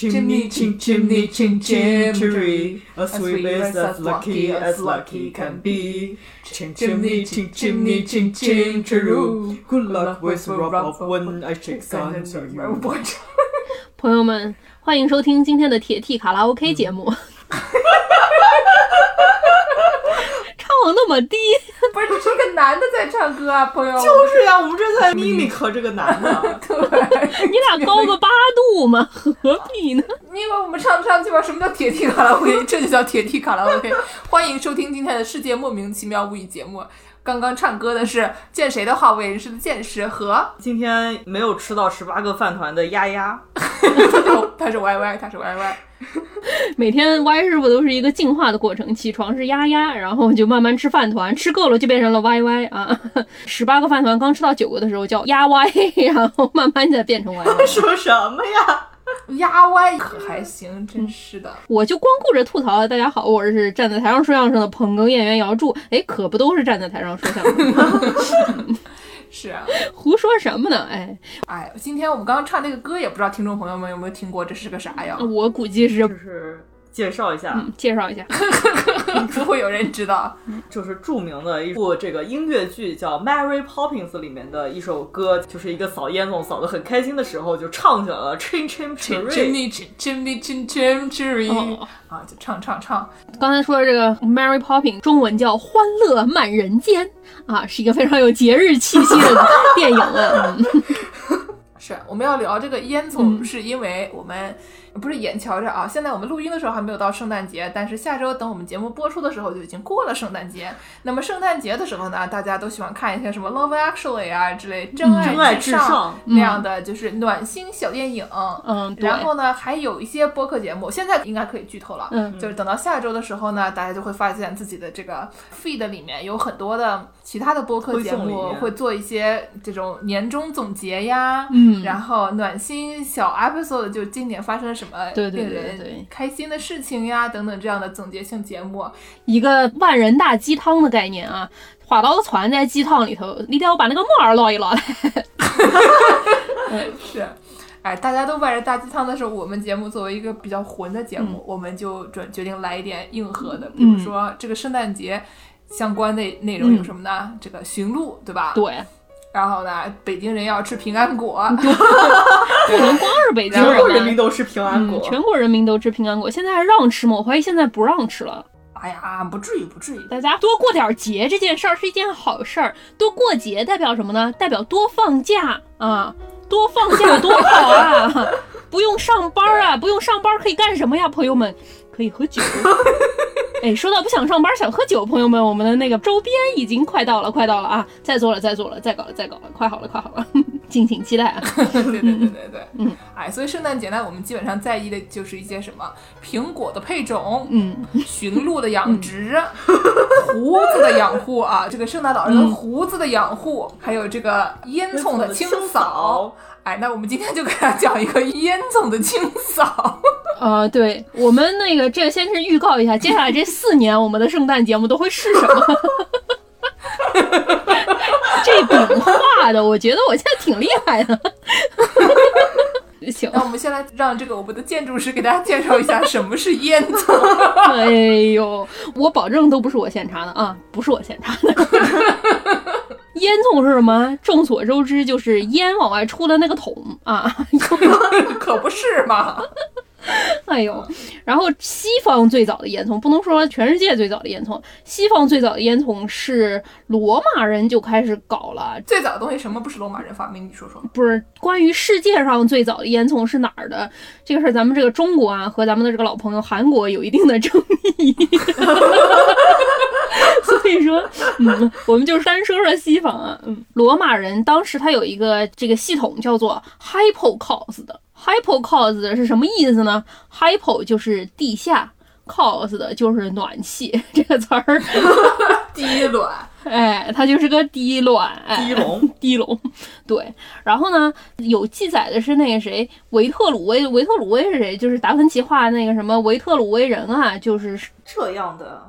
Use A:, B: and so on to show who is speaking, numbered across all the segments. A: Chimney, chim, chimney, chim, chimney,
B: As sweet as as lucky as lucky can be. Chim, chimney, chim, chimney, chim, chim, chiroo. Good luck with rub of when I shake hands with you.
C: 朋友们，欢迎收听今天的铁 T 卡拉 OK 节目。 唱往那么低，
A: 不是，这是个男的在唱歌啊，朋友。
B: 就是呀，我们这在 mimic 和这个男 的。
A: 对，
C: 你俩高个八度吗？何必呢？
A: 因为我们唱不上去吧？什么叫铁梯卡拉 OK？这就叫铁梯卡拉 OK。欢迎收听今天的《世界莫名其妙物语》节目。刚刚唱歌的是见谁的话为人师的见识和，
B: 今天没有吃到十八个饭团的丫丫，
A: 他是 YY，他是 YY。
C: 每天 Y 师傅都是一个进化的过程，起床是丫丫，然后就慢慢吃饭团，吃够了就变成了 YY 啊。 十八个饭团刚吃到九个的时候叫丫 Y，然 后慢慢再变成 YY。
B: 说什么呀？
A: 压歪可还行，真是的。
C: 我就光顾着吐槽了。大家好，我是站在台上说相声的捧哏演员姚柱。哎，可不都是站在台上说相声吗，
B: 嗯
A: 是啊，
C: 胡说什么呢？哎，
A: 哎，今天我们刚刚唱这个歌，也不知道听众朋友们有没有听过，这是个啥呀？
C: 我估计是
B: 就是介绍一下，
C: 嗯，介绍一下，
B: 嗯
A: 不 会有人知道。
B: 就是著名的一部这个音乐剧叫《Mary Poppins》里面的一首歌，就是一个扫烟囱扫得很开心的时候就唱起来了，Chin Chin Cherry。
A: Chimney Chim- Chimney Chim Chim Cherry
C: 哦
A: 啊，就唱唱唱，
C: 刚才说的这个 Mary Poppins，中文叫《欢乐满人间》啊，是一个非常有节日气息的电影 啊。嗯
A: 是我们要聊这个烟囱，是因为我们不是眼瞧着啊，现在我们录音的时候还没有到圣诞节，但是下周等我们节目播出的时候就已经过了圣诞节。那么圣诞节的时候呢，大家都喜欢看一些什么《Love Actually》啊之类《真
B: 真爱
A: 爱
B: 至
A: 上
B: 上》
A: 那样的，就是暖心小电影。
C: 嗯，对，
A: 然后呢，还有一些播客节目，现在应该可以剧透了。
C: 嗯
A: 就是等到下周的时候呢，大家就会发现自己的这个 feed 里面有很多的其他的播客
B: 推
A: 节
B: 送里
A: 目
B: 面
A: 会做一些这种年终总结呀，
C: 嗯
A: 然后暖心小 episode 就今年发生了什么
C: 对对
A: 令
C: 对对
A: 人
C: 对
A: 开心的事情呀，等等这样的总结性节目。
C: 一个万人大鸡汤的概念啊。花刀船在鸡汤里头，你得要把那个沫儿捞一捞来。
A: 是。哎，大家都外着大鸡汤的时候，我们节目作为一个比较混的节目，我们就准决定来一点硬核的，比如说这个圣诞节相关的内容有什么呢？这个寻路，对吧？。
C: 对，
A: 然后呢，北京人要吃平安果，
C: 不能光是北京
B: 全国人
C: 人
B: 民
C: 啊。
B: 都吃平安
C: 嗯，
B: 果，
C: 全国人民都吃平安果，现在还让吃吗？我怀疑现在不让吃了。
A: 哎呀，不至于，不至于。
C: 大家多过点节这件事儿是一件好事儿，多过节代表什么呢？代表多放假啊，多放假多好啊，不用上班儿啊，不用上班儿可以干什么呀？朋友们，可以喝酒。哎，说到不想上班想喝酒，朋友们，我们的那个周边已经快到了，快到了啊！再做了，再做了，再搞了，再搞了，快好了，快好了，敬请期待啊！
A: 对对对对对对，
C: 嗯，
A: 哎，所以圣诞节呢，我们基本上在意的就是一些什么苹果的配种，
C: 嗯，
A: 驯鹿的养殖， 胡子的养护啊，这个圣诞老人的胡子的养护，还有这个烟囱 的清扫。，哎，那我们今天就给大家讲一个烟囱的清扫。
C: 呃，对我们那个这先是预告一下，接下来这四年我们的圣诞节目都会是什么？ 这饼画的，我觉得我现在挺厉害的。行，
A: 那我们先来让这个我们的建筑师给大家介绍一下什么是烟囱。
C: 哎呦，我保证都不是我现查的啊，不是我现查的。 烟囱是什么？众所周知，就是烟往外出的那个桶啊。
A: 可不是嘛？
C: 哎呦，然后西方最早的烟囱，不能说全世界最早的烟囱，西方最早的烟囱是罗马人就开始搞了。
A: 最早的东西什么不是罗马人发明？你说说。
C: 不是，关于世界上最早的烟囱是哪儿的这个事儿，咱们这个中国啊和咱们的这个老朋友韩国有一定的争议。 所以说，嗯，我们就单说说西方啊，嗯，罗马人当时他有一个这个系统叫做 hypo cause 的，hypo cause 是什么意思呢？hypo 就是地下，cause 的就是暖气，这个词儿，
A: 第一轮，
C: 哎，它就是个低卵，哎，
B: 低龙
C: 低龙， 对。然后呢，有记载的是那个谁，维特鲁威，维特 鲁威是谁？就是达芬奇画那个什么《维特鲁威人》啊，就是
B: 这样的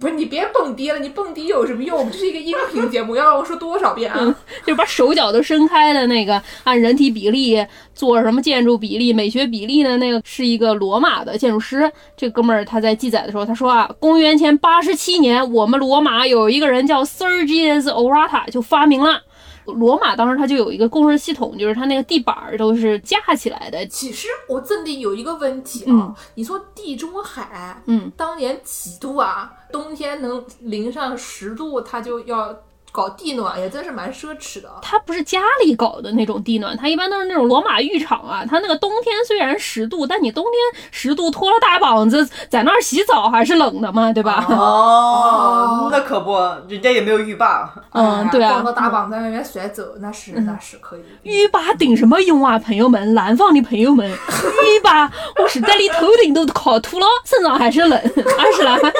A: 不是你别蹦迪了，你蹦迪有什么用？我们这是一个音频节目，要让我说多少遍啊？
C: 就是把手脚都伸开的那个，按人体比例做什么建筑比例、美学比例的那个，是一个罗马的建筑师。这哥们儿他在记载的时候，他说啊，公元前八十七年，我们罗马有一个人叫 Sergius Orata 就发明了。罗马当时它就有一个供热系统，就是它那个地板儿都是架起来的。
A: 其实我真的有一个问题啊，
C: 嗯
A: 你说地中海
C: 嗯，
A: 当年几度啊？冬天能零上十度，它就要搞地暖，也真是蛮奢侈的。
C: 它不是家里搞的那种地暖，它一般都是那种罗马浴场啊。它那个冬天虽然十度，但你冬天十度脱了大膀子在那儿洗澡还是冷的嘛，对吧？
A: 哦
B: 哦，那可不，人家也没有浴霸。
C: 嗯对啊嗯
A: 光个大膀在外面甩走，那是那是可以。
C: 浴霸顶什么用啊，朋友们，南方的朋友 们，浴霸我实在你头顶都烤秃了，身上还是冷，还是来 地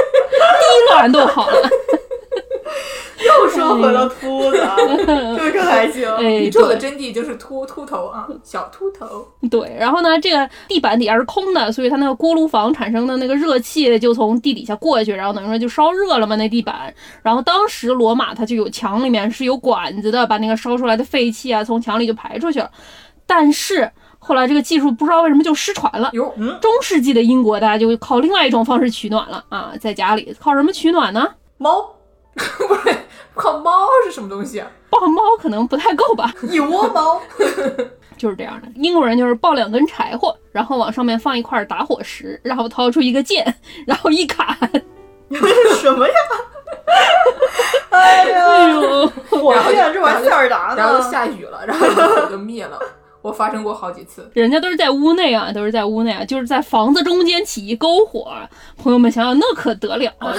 C: 暖都好了。
B: 又说回了秃子，啊 这个还行。
C: 哎，
A: 宇宙的
C: 对
A: 真谛就是秃秃头啊，小秃头。
C: 对，然后呢，这个地板底下是空的，所以它那个锅炉房产生的那个热气就从地底下过去，然后等于说就烧热了嘛那地板。然后当时罗马它就有墙里面是有管子的，把那个烧出来的废气啊从墙里就排出去了。但是后来这个技术不知道为什么就失传了。
A: 哟，
C: 中世纪的英国，大家就靠另外一种方式取暖了啊，在家里靠什么取暖呢？
B: 猫
A: 不是靠猫是什么东西啊？
C: 抱猫可能不太够吧，
B: 一窝猫，
C: 就是这样的。英国人就是抱两根柴火，然后往上面放一块打火石，然后掏出一个剑，然后一砍，
B: 这是 什 么呀？哎
C: 哎
B: 呀，
C: 呦，
B: 我竟然这玩意儿达
A: 然后
B: 呢！
A: 下雨了，然后火就灭了。我发生过好几次。
C: 人家都是在屋内啊，都是在屋内啊，就是在房子中间起一篝火，朋友们想想那可得了啊。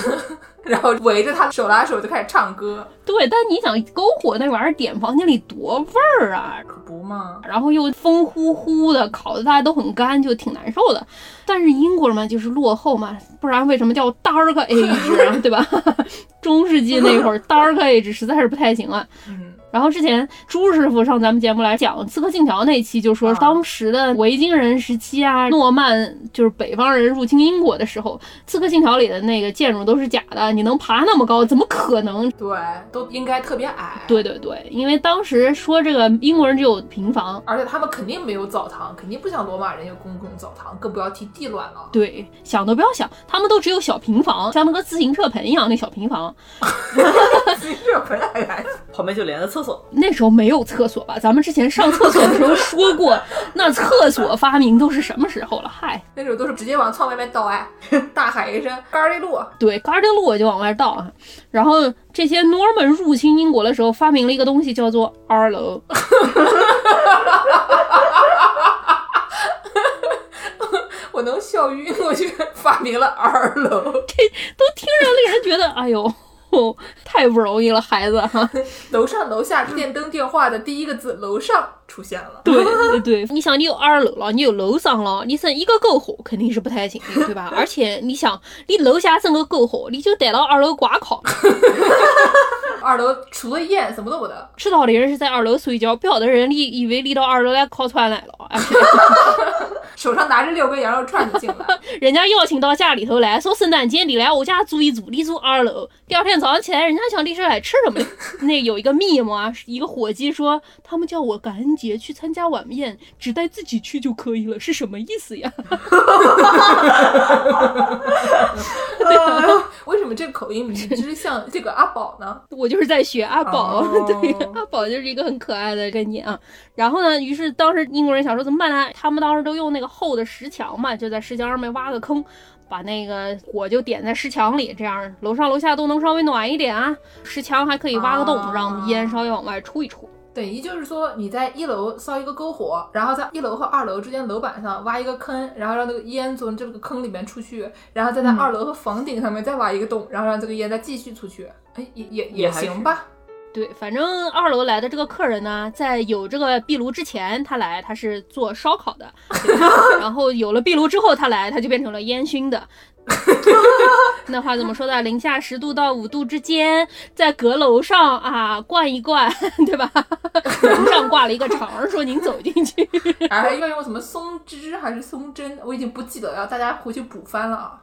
A: 然后围着他手拉手就开始唱歌，
C: 对，但你想篝火那玩意儿点房间里多味儿啊，
A: 可不嘛？
C: 然后又风呼呼的，烤的大家都很干，就挺难受的。但是英国人嘛，就是落后嘛，不然为什么叫 Dark Age 啊，对吧？ 中世纪那会儿 Dark Age 实在是不太行啊。
A: 嗯，
C: 然后之前朱师傅上咱们节目来讲《刺客信条》那一期，就说
A: 啊
C: 当时的维京人时期啊，诺曼就是北方人入侵英国的时候，《刺客信条》里的那个建筑都是假的，你能爬那么高，怎么可能？
A: 对，都应该特别矮。，
C: 对对对，因为当时说这个英国人只有平房，
A: 而且他们肯定没有澡堂，肯定不像罗马人有公共澡堂，更不要提地暖了。
C: 对，想都不要想，他们都只有小平房，像那个自行车棚一样那小平房。
A: 日本矮矮，
B: 旁边就连着厕所，
C: 那时候没有厕所吧？咱们之前上厕所的时候说过，那厕所发明都是什么时候了？嗨，
A: 那种都是直接往窗外面倒哎，大喊一声“干儿一路啊
C: 对，嘎着路我就往外倒啊。然后这些 Norman 入侵英国的时候，发明了一个东西叫做二楼。”，
A: 我能笑晕过去，发明了二楼，
C: 都听着令人觉得，哎呦。 太不容易了，孩子哈。
A: 楼上楼下电灯电话的第一个字“楼上”出现了。
C: 对对对，你想，你有二楼了，你有楼上了，你剩一个篝火肯定是不太行的，对吧？而 且你想，你楼下剩个篝火，你就逮到二楼挂烤，
A: 二楼除了烟什么都没得，
C: 知道的人是在二楼睡觉，不晓得人你以为你到二楼来烤串来了，哎，
A: 手上拿着六根羊肉串子进来，
C: 人家邀请到家里头来，说圣诞节你来我家住一住，你住二楼，第二天早上起来，人家想你是来吃什么的？那有一个 meme 啊，一个伙计说，他们叫我感恩节去参加晚宴，只带自己去就可以了，是什么意思呀？
A: 为什么这个口音迷之像这个阿宝呢？
C: 我就是在学阿宝，
A: 哦
C: 对，阿宝就是一个很可爱的概念啊。然后呢，于是当时英国人想说怎么办呢？他们当时都用那个厚的石墙嘛，就在石墙上面挖个坑，把那个火就点在石墙里，这样楼上楼下都能稍微暖一点啊。石墙还可以挖个洞，
A: 哦
C: 让烟稍微往外出一出。
A: 等于就是说，你在一楼烧一个篝火，然后在一楼和二楼之间楼板上挖一个坑，然后让这个烟从这个坑里面出去，然后再在
C: 嗯
A: 二楼和房顶上面再挖一个洞，然后让这个烟再继续出去。哎，也也
B: 也还
A: 行吧。
C: 对，反正二楼来的这个客人呢，在有这个壁炉之前，他来他是做烧烤的，对吧然后有了壁炉之后，他来他就变成了烟熏的。 那话怎么说呢？零下十度到五度之间，在阁楼上啊灌一灌，对吧？门上挂了一个肠儿，说您走进去。
A: 然后要用什么松枝还是松针，我已经不记得了，大家回去补番了啊。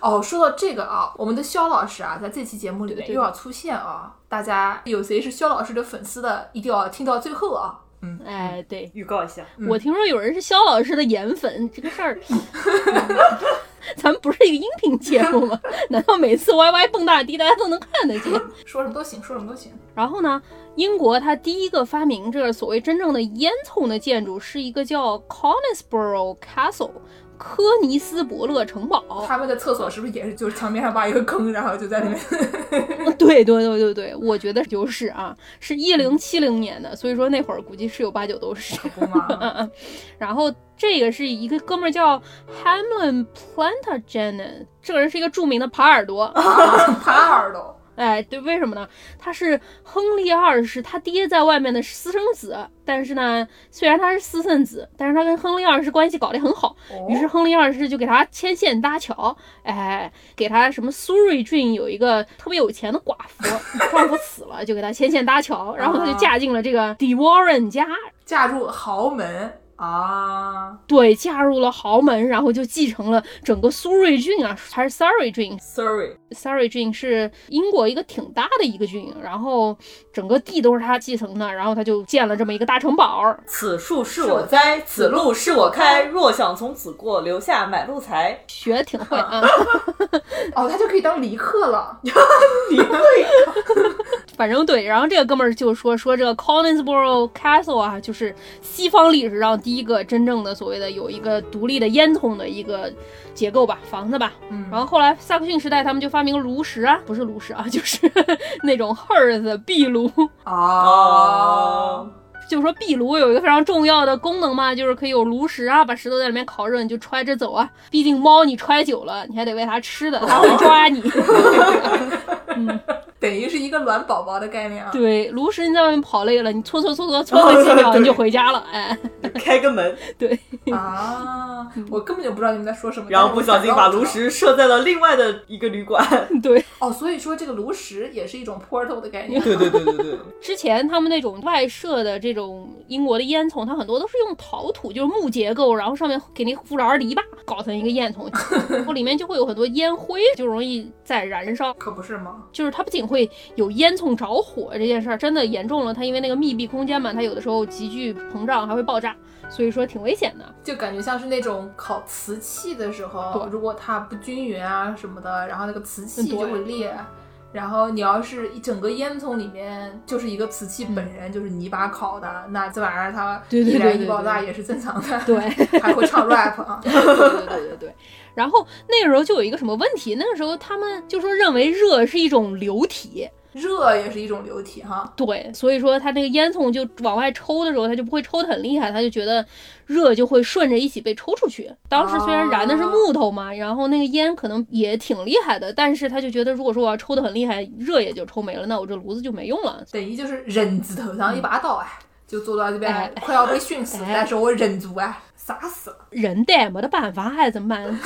A: 哦，说到这个啊，我们的肖老师啊，在这期节目里
C: 对
A: 面
C: 对
A: 又要出现啊，大家有谁是肖老师的粉丝的，一定要听到最后啊。
C: 哎，对，
B: 预告一下，
A: 嗯
C: 我听说有人是肖老师的颜粉，这个事儿，咱们不是一个音频节目吗？ 难道每次 Y Y 蹦大滴大家都能看得见？
A: 说什么都行，说什么都行。
C: 然后呢，英国它第一个发明这个所谓真正的烟囱的建筑是一个叫 Conisborough Castle 科尼斯伯勒城堡。
A: 他们的厕所是不是也是就是墙面上挖一个坑，然后就在里面？
C: 对对对对对，我觉得就是啊，是一零七零年的，所以说那会儿估计十有八九都是。 嗯
A: 不吗？
C: 然后这个是一个哥们儿叫 Hamlin Plantagenet，这个人是一个著名的耙耳朵。
A: 耙耳朵。
C: 哎，对，为什么呢？他是亨利二世他爹在外面的私生子，但是呢，虽然他是私生子，但是他跟亨利二世关系搞得很好，
A: 哦
C: 于是亨利二世就给他牵线搭桥，哎，给他什么苏瑞郡有一个特别有钱的寡妇，丈夫死了就给他牵线搭桥，然后他就嫁进了这个 De Warren 家，
A: 嫁入豪门啊
C: 对，嫁入了豪门，然后就继承了整个苏瑞郡啊，还是 Surrey 郡
A: ，sorry，
C: ，Surrey 郡是英国一个挺大的一个郡，然后整个地都是他继承的，然后他就建了这么一个大城堡，
B: 此树是我栽，此路是我开。若想从此过，留下买路财。
C: 学得挺会啊。
A: 哦，他就可以当离客了。
B: 你会
C: 反正对，然后这个哥们儿就说说这个 Collinsborough Castle 啊，就是西方历史上第一个真正的所谓的有一个独立的烟囱的一个结构吧，房子吧。
A: 嗯
C: 然后后来萨克逊时代，他们就发明了炉石啊，不是炉石啊，就是 那种 hearth 壁炉。
A: 啊哦，
C: 就说壁炉有一个非常重要的功能嘛，就是可以有炉石啊，把石头在里面烤热，你就揣着走啊。毕竟猫你揣久了，你还得喂它吃的，它会抓你。
A: 等于是一个卵宝宝的概念啊。
C: 对，炉石你在外面跑累了，你搓搓搓搓搓个几秒你就回家了，哎。
B: 开个 门，
C: 对，
A: 啊，我根本就不知道你们在说什么。
B: 然后不小心把炉
A: 但是我想
B: 石
A: 到
B: 射在了另外的一个旅馆。
C: 对，
A: 哦，所以说这个炉石也是一种 portal 的概念。
B: 对对对对 对，
C: 之前他们那种外设的这种英国的烟囱，它很多都是用陶土，就是木结构，然后上面给那护栏篱笆搞成一个烟囱，然后里面就会有很多烟灰，就容易在燃烧。
A: 可不是吗？
C: 就是它不仅会有烟囱着火这件事儿，真的严重了，它因为那个密闭空间嘛，它有的时候急剧膨胀还会爆炸，所以说挺危险的。
A: 就感觉像是那种烤瓷器的时候，
C: 对
A: 如果它不均匀啊什么的，然后那个瓷器
C: 嗯对
A: 就会裂。然后你要是一整个烟囱里面就是一个瓷器本人就是泥巴烤的，那这玩意儿它
C: 嗯对对
A: 易
C: 对
A: 燃
C: 对
A: 易
C: 对
A: 爆炸也是正常的。
C: 对，
A: 还会唱 rap 啊。
C: 对对对对对。然后那个时候就有一个什么问题，那个时候他们就说认为热是一种流体，
A: 热也是一种流体哈，
C: 对，所以说它那个烟囱就往外抽的时候，它就不会抽得很厉害，它就觉得热就会顺着一起被抽出去。当时虽然燃的是木头嘛，然后那个烟可能也挺厉害的，但是他就觉得如果说我要抽得很厉害，热也就抽没了，那我这炉子就没用了。
A: 等于就是忍字头上一把刀哎，就坐到这边
C: 哎
A: 快要被熏死，
C: 哎
A: 但是我忍住哎，傻死 了。
C: 人带没得办法，还怎么办？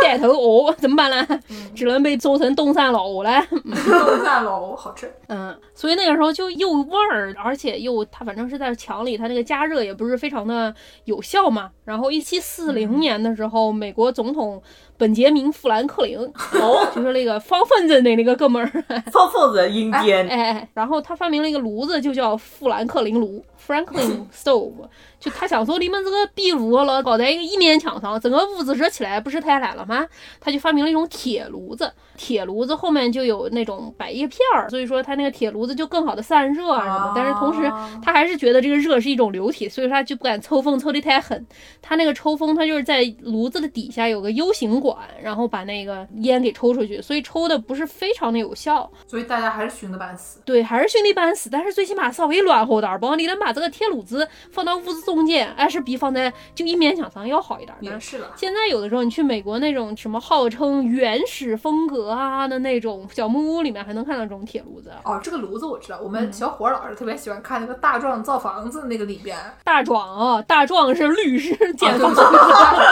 C: 带头哦，怎么办呢？只能被揍成冻散老了。
A: 冻散喽，好吃。
C: 嗯，所以那个时候就又味儿，而且又它反正是在墙里，它那个加热也不是非常的有效嘛。然后一七四零年的时候，美国总统本杰明·富兰克林，哦，就是那个方分子的那个哥们儿，
B: 放放在阴间。
C: 哎，然后他发明了一个炉子，就叫富兰克林炉 （Franklin Stove），就他想说你们这个壁炉了搞在一个一面墙上，整个屋子热起来不是太懒了吗？他就发明了一种铁炉子，铁炉子后面就有那种百叶片儿，所以说他那个铁炉子就更好的散热 啊什么。但是同时
A: 啊
C: 他还是觉得这个热是一种流体，所以说他就不敢抽风抽的太狠。他那个抽风，他就是在炉子的底下有个 U 型管，然后把那个烟给抽出去，所以抽的不是非常的有效。
A: 所以大家还是熏得半死。
C: 对，还是兄弟半死，但是最起码稍微暖和点儿吧。你能把这个铁炉子放到屋子中间，哎还是比放在就一面墙上要好一点儿
A: 也
C: 的。
A: 是了，
C: 现在有的时候你去美国那种什么号称原始风格啊的那种小木屋里面，还能看到这种铁炉子。啊
A: 哦，这个炉子我知道，我
B: 嗯
A: 们小伙儿老师特别喜欢看那个大壮造房子那个里 边，啊
C: 大壮啊，大壮是律师
A: 对
C: 建
A: 不
C: 房
A: 起，大壮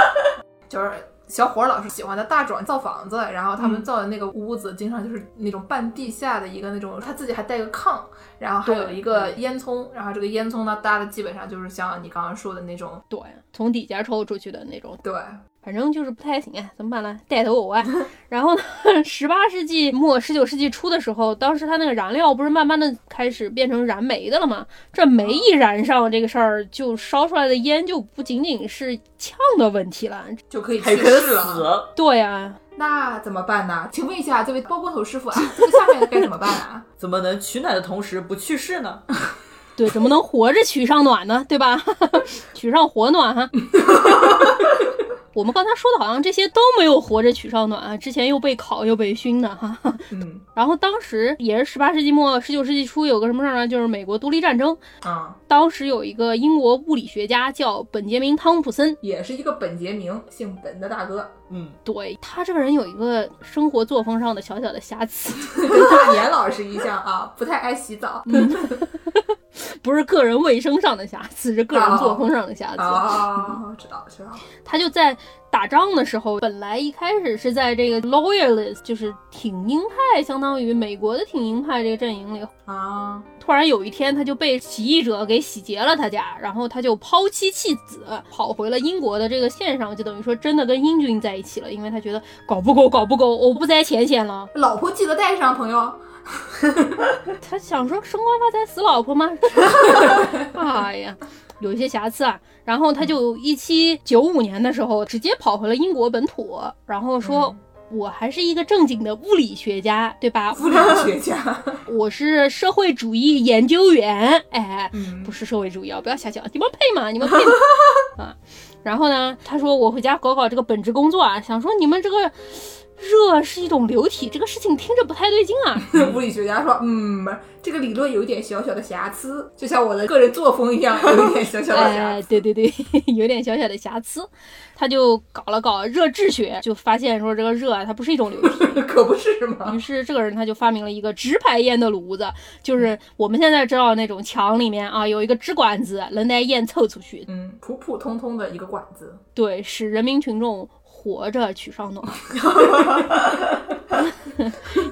A: 就是。小伙儿老师喜欢的大壮造房子，
B: 嗯
A: 然后他们造的那个屋子，经常就是那种半地下的一个那种，他自己还带个炕，然后还有一个烟囱，然后这个烟囱呢搭的基本上就是像你刚刚说的那种，
C: 对，啊从底下抽出去的那种，
A: 对，
C: 反正就是不太行啊，怎么办呢？带头我啊。然后呢， 十八世纪末、十九世纪初的时候，当时它那个燃料不是慢慢的开始变成燃煤的了吗？这煤一燃上，这个事儿就烧出来的烟就不仅仅是呛的问题了，
A: 就可以
B: 还
A: 去
B: 可以
A: 世
B: 死
A: 了。
B: 哎了，
C: 对呀、
A: 那怎么办呢？请问一下这位包工头师傅啊，这个下面该怎么办啊？
B: 怎么能取暖的同时不去世呢？
C: 对，怎么能活着取上暖呢？对吧？ 取上火暖哈。我们刚才说的好像这些都没有活着取上暖啊，之前又被烤又被熏的哈。
A: 嗯
C: 然后当时也是十八世纪末、十九世纪初有个什么事儿呢？就是美国独立战争，
A: 啊、
C: 当时有一个英国物理学家叫本杰明·汤普森，
A: 也是一个本杰明，姓本的大哥，
B: 嗯，
C: 对他这个人有一个生活作风上的小小的瑕疵，
A: 跟大年老师一样啊， 不太爱洗澡。
C: 不是个人卫生上的瑕疵，是个人作风上的瑕疵。
A: 哦，知道了，知道了。
C: 他就在打仗的时候，本来一开始是在这个 loyalist，就是挺鹰派，相当于美国的挺鹰派这个阵营里，
A: 啊，
C: 突然有一天他就被起义者给洗劫了他家，然后他就抛妻弃子，跑回了英国的这个线上，就等于说真的跟英军在一起了，因为他觉得搞不够，搞不够，我不在前 线了。
A: 老婆记得带上，朋友。
C: 他想说升官发财死老婆吗？哎呀，有一些瑕疵啊。然后他就一七九五年的时候直接跑回了英国本土，然后说。
A: 嗯
C: 我还是一个正经的物理学家，对吧？
A: 物理学家，
C: 我是社会主义研究员，哎，
A: 嗯
C: 不是社会主义啊，不要瞎想，你们配吗？你们配吗？啊，然后呢，他说我回家搞搞这个本职工作啊，想说你们这个热是一种流体，这个事情听着不太对劲啊。
A: 物理学家说，嗯，这个理论有一点小小的瑕疵，就像我的个人作风一样，有一点小小的瑕
C: 哎，
A: 疵。
C: 对对 对，有点小小的瑕疵，他就搞了搞热质学，就发现说这个热啊，它不是一种流体。
A: 可不是吗
C: 于？是这个人他就发明了一个直排烟的炉子，就是我们现在知道那种墙里面啊有一个支管子，能带烟凑出去，
A: 嗯，普普通通的一个管子，
C: 对，使人民群众活着取上暖。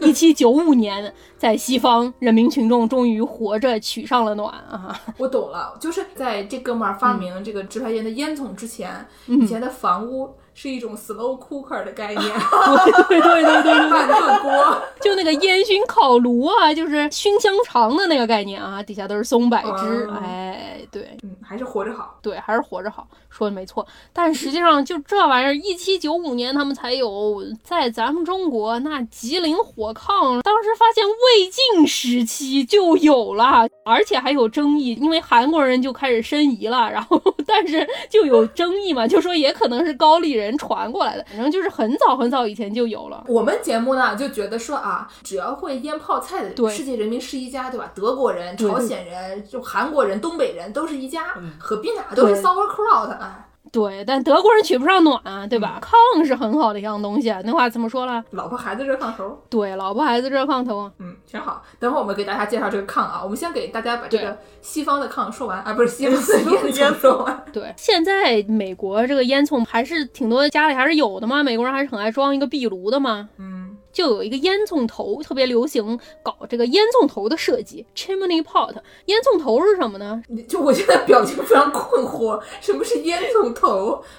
C: 一七九五年，在西方，人民群众终于活着取上了暖啊！
A: 我懂了，就是在这哥们儿发明这个直排烟的烟囱之前，以前的房屋是一种 slow cooker 的概念，
C: 对对对对，
A: 慢炖锅，
C: 就那个烟熏烤炉啊，就是熏香肠的那个概念啊，底下都是松柏枝，
A: 哦
C: 哎，对
A: 嗯，还是活着好。
C: 对，还是活着好，说的没错。但实际上，就这玩意儿，一七九五年他们才有，在咱们中国那吉林火炕，当时发现魏晋时期就有了，而且还有争议，因为韩国人就开始申遗了，然后但是就有争议嘛，就说也可能是高丽人传过来的，反正就是很早很早以前就有了。
A: 我们节目呢就觉得说啊，只要会腌泡菜的
C: 对
A: 世界人民是一家，对吧？德国人、
C: 对
A: 朝鲜人、就韩国人、东北人都是一家，
B: 嗯
A: 合并哪都是
C: 对
A: sauerkraut 啊。
C: 对，但德国人取不上暖啊，对吧？炕是很好的一样东西啊，那话怎么说了？
A: 老婆孩子热炕头，
C: 对，老婆孩子热炕头啊，
A: 嗯，挺好。等会儿我们给大家介绍这个炕啊，我们先给大家把这
C: 对
A: 个西方的炕说完啊，不是西方的烟囱说 完。
C: 对，现在美国这个烟囱还是挺多家里还是有的嘛，美国人还是很爱装一个壁炉的嘛。
A: 嗯，
C: 就有一个烟囱头特别流行搞这个烟囱头的设计，chimney pot。烟囱头是什么呢？
A: 你就我现在表情非常困惑，什么是烟囱头？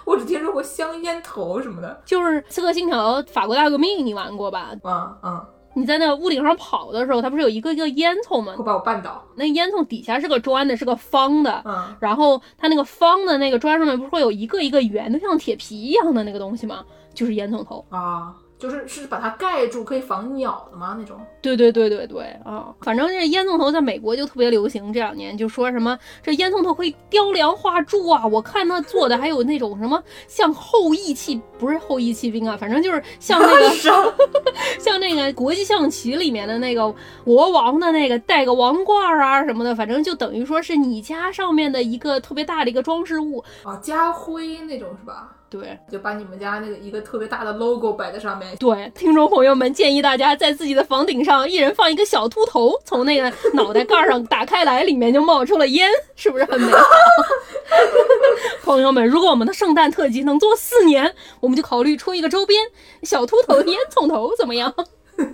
A: 我只听说过香烟头什么的。
C: 就是《刺客信条：法国大革命》，你玩过吧？
A: 啊啊，
C: 你在那屋顶上跑的时候，它不是有一个一个烟囱吗
A: 会？把我绊倒。
C: 那烟囱底下是个砖的，是个方的。
A: 嗯
C: 然后它那个方的那个砖上面不是会有一个一个圆的，像铁皮一样的那个东西吗？就是烟囱头。
A: 啊，就是是把它盖住，可以防鸟的吗？那种？
C: 对对对对对啊、反正这烟囱头在美国就特别流行，这两年就说什么这烟囱头可以雕梁画柱啊，我看他做的还有那种什么像后羿弃不是后羿弃兵啊，反正就是像那个 像那个国际象棋里面的那个国王的那个戴个王冠儿啊什么的，反正就等于说是你家上面的一个特别大的一个装饰物。
A: 啊，家徽那种是吧？
C: 对
A: 就把你们家那个一个特别大的 logo 摆在上面，
C: 对，听众朋友们，建议大家在自己的房顶上一人放一个小秃头，从那个脑袋盖儿上打开来，里面就冒出了烟，是不是很美 好？朋友们，如果我们的圣诞特辑能做四年，我们就考虑出一个周边小秃头的烟囱头，怎么样？
A: 他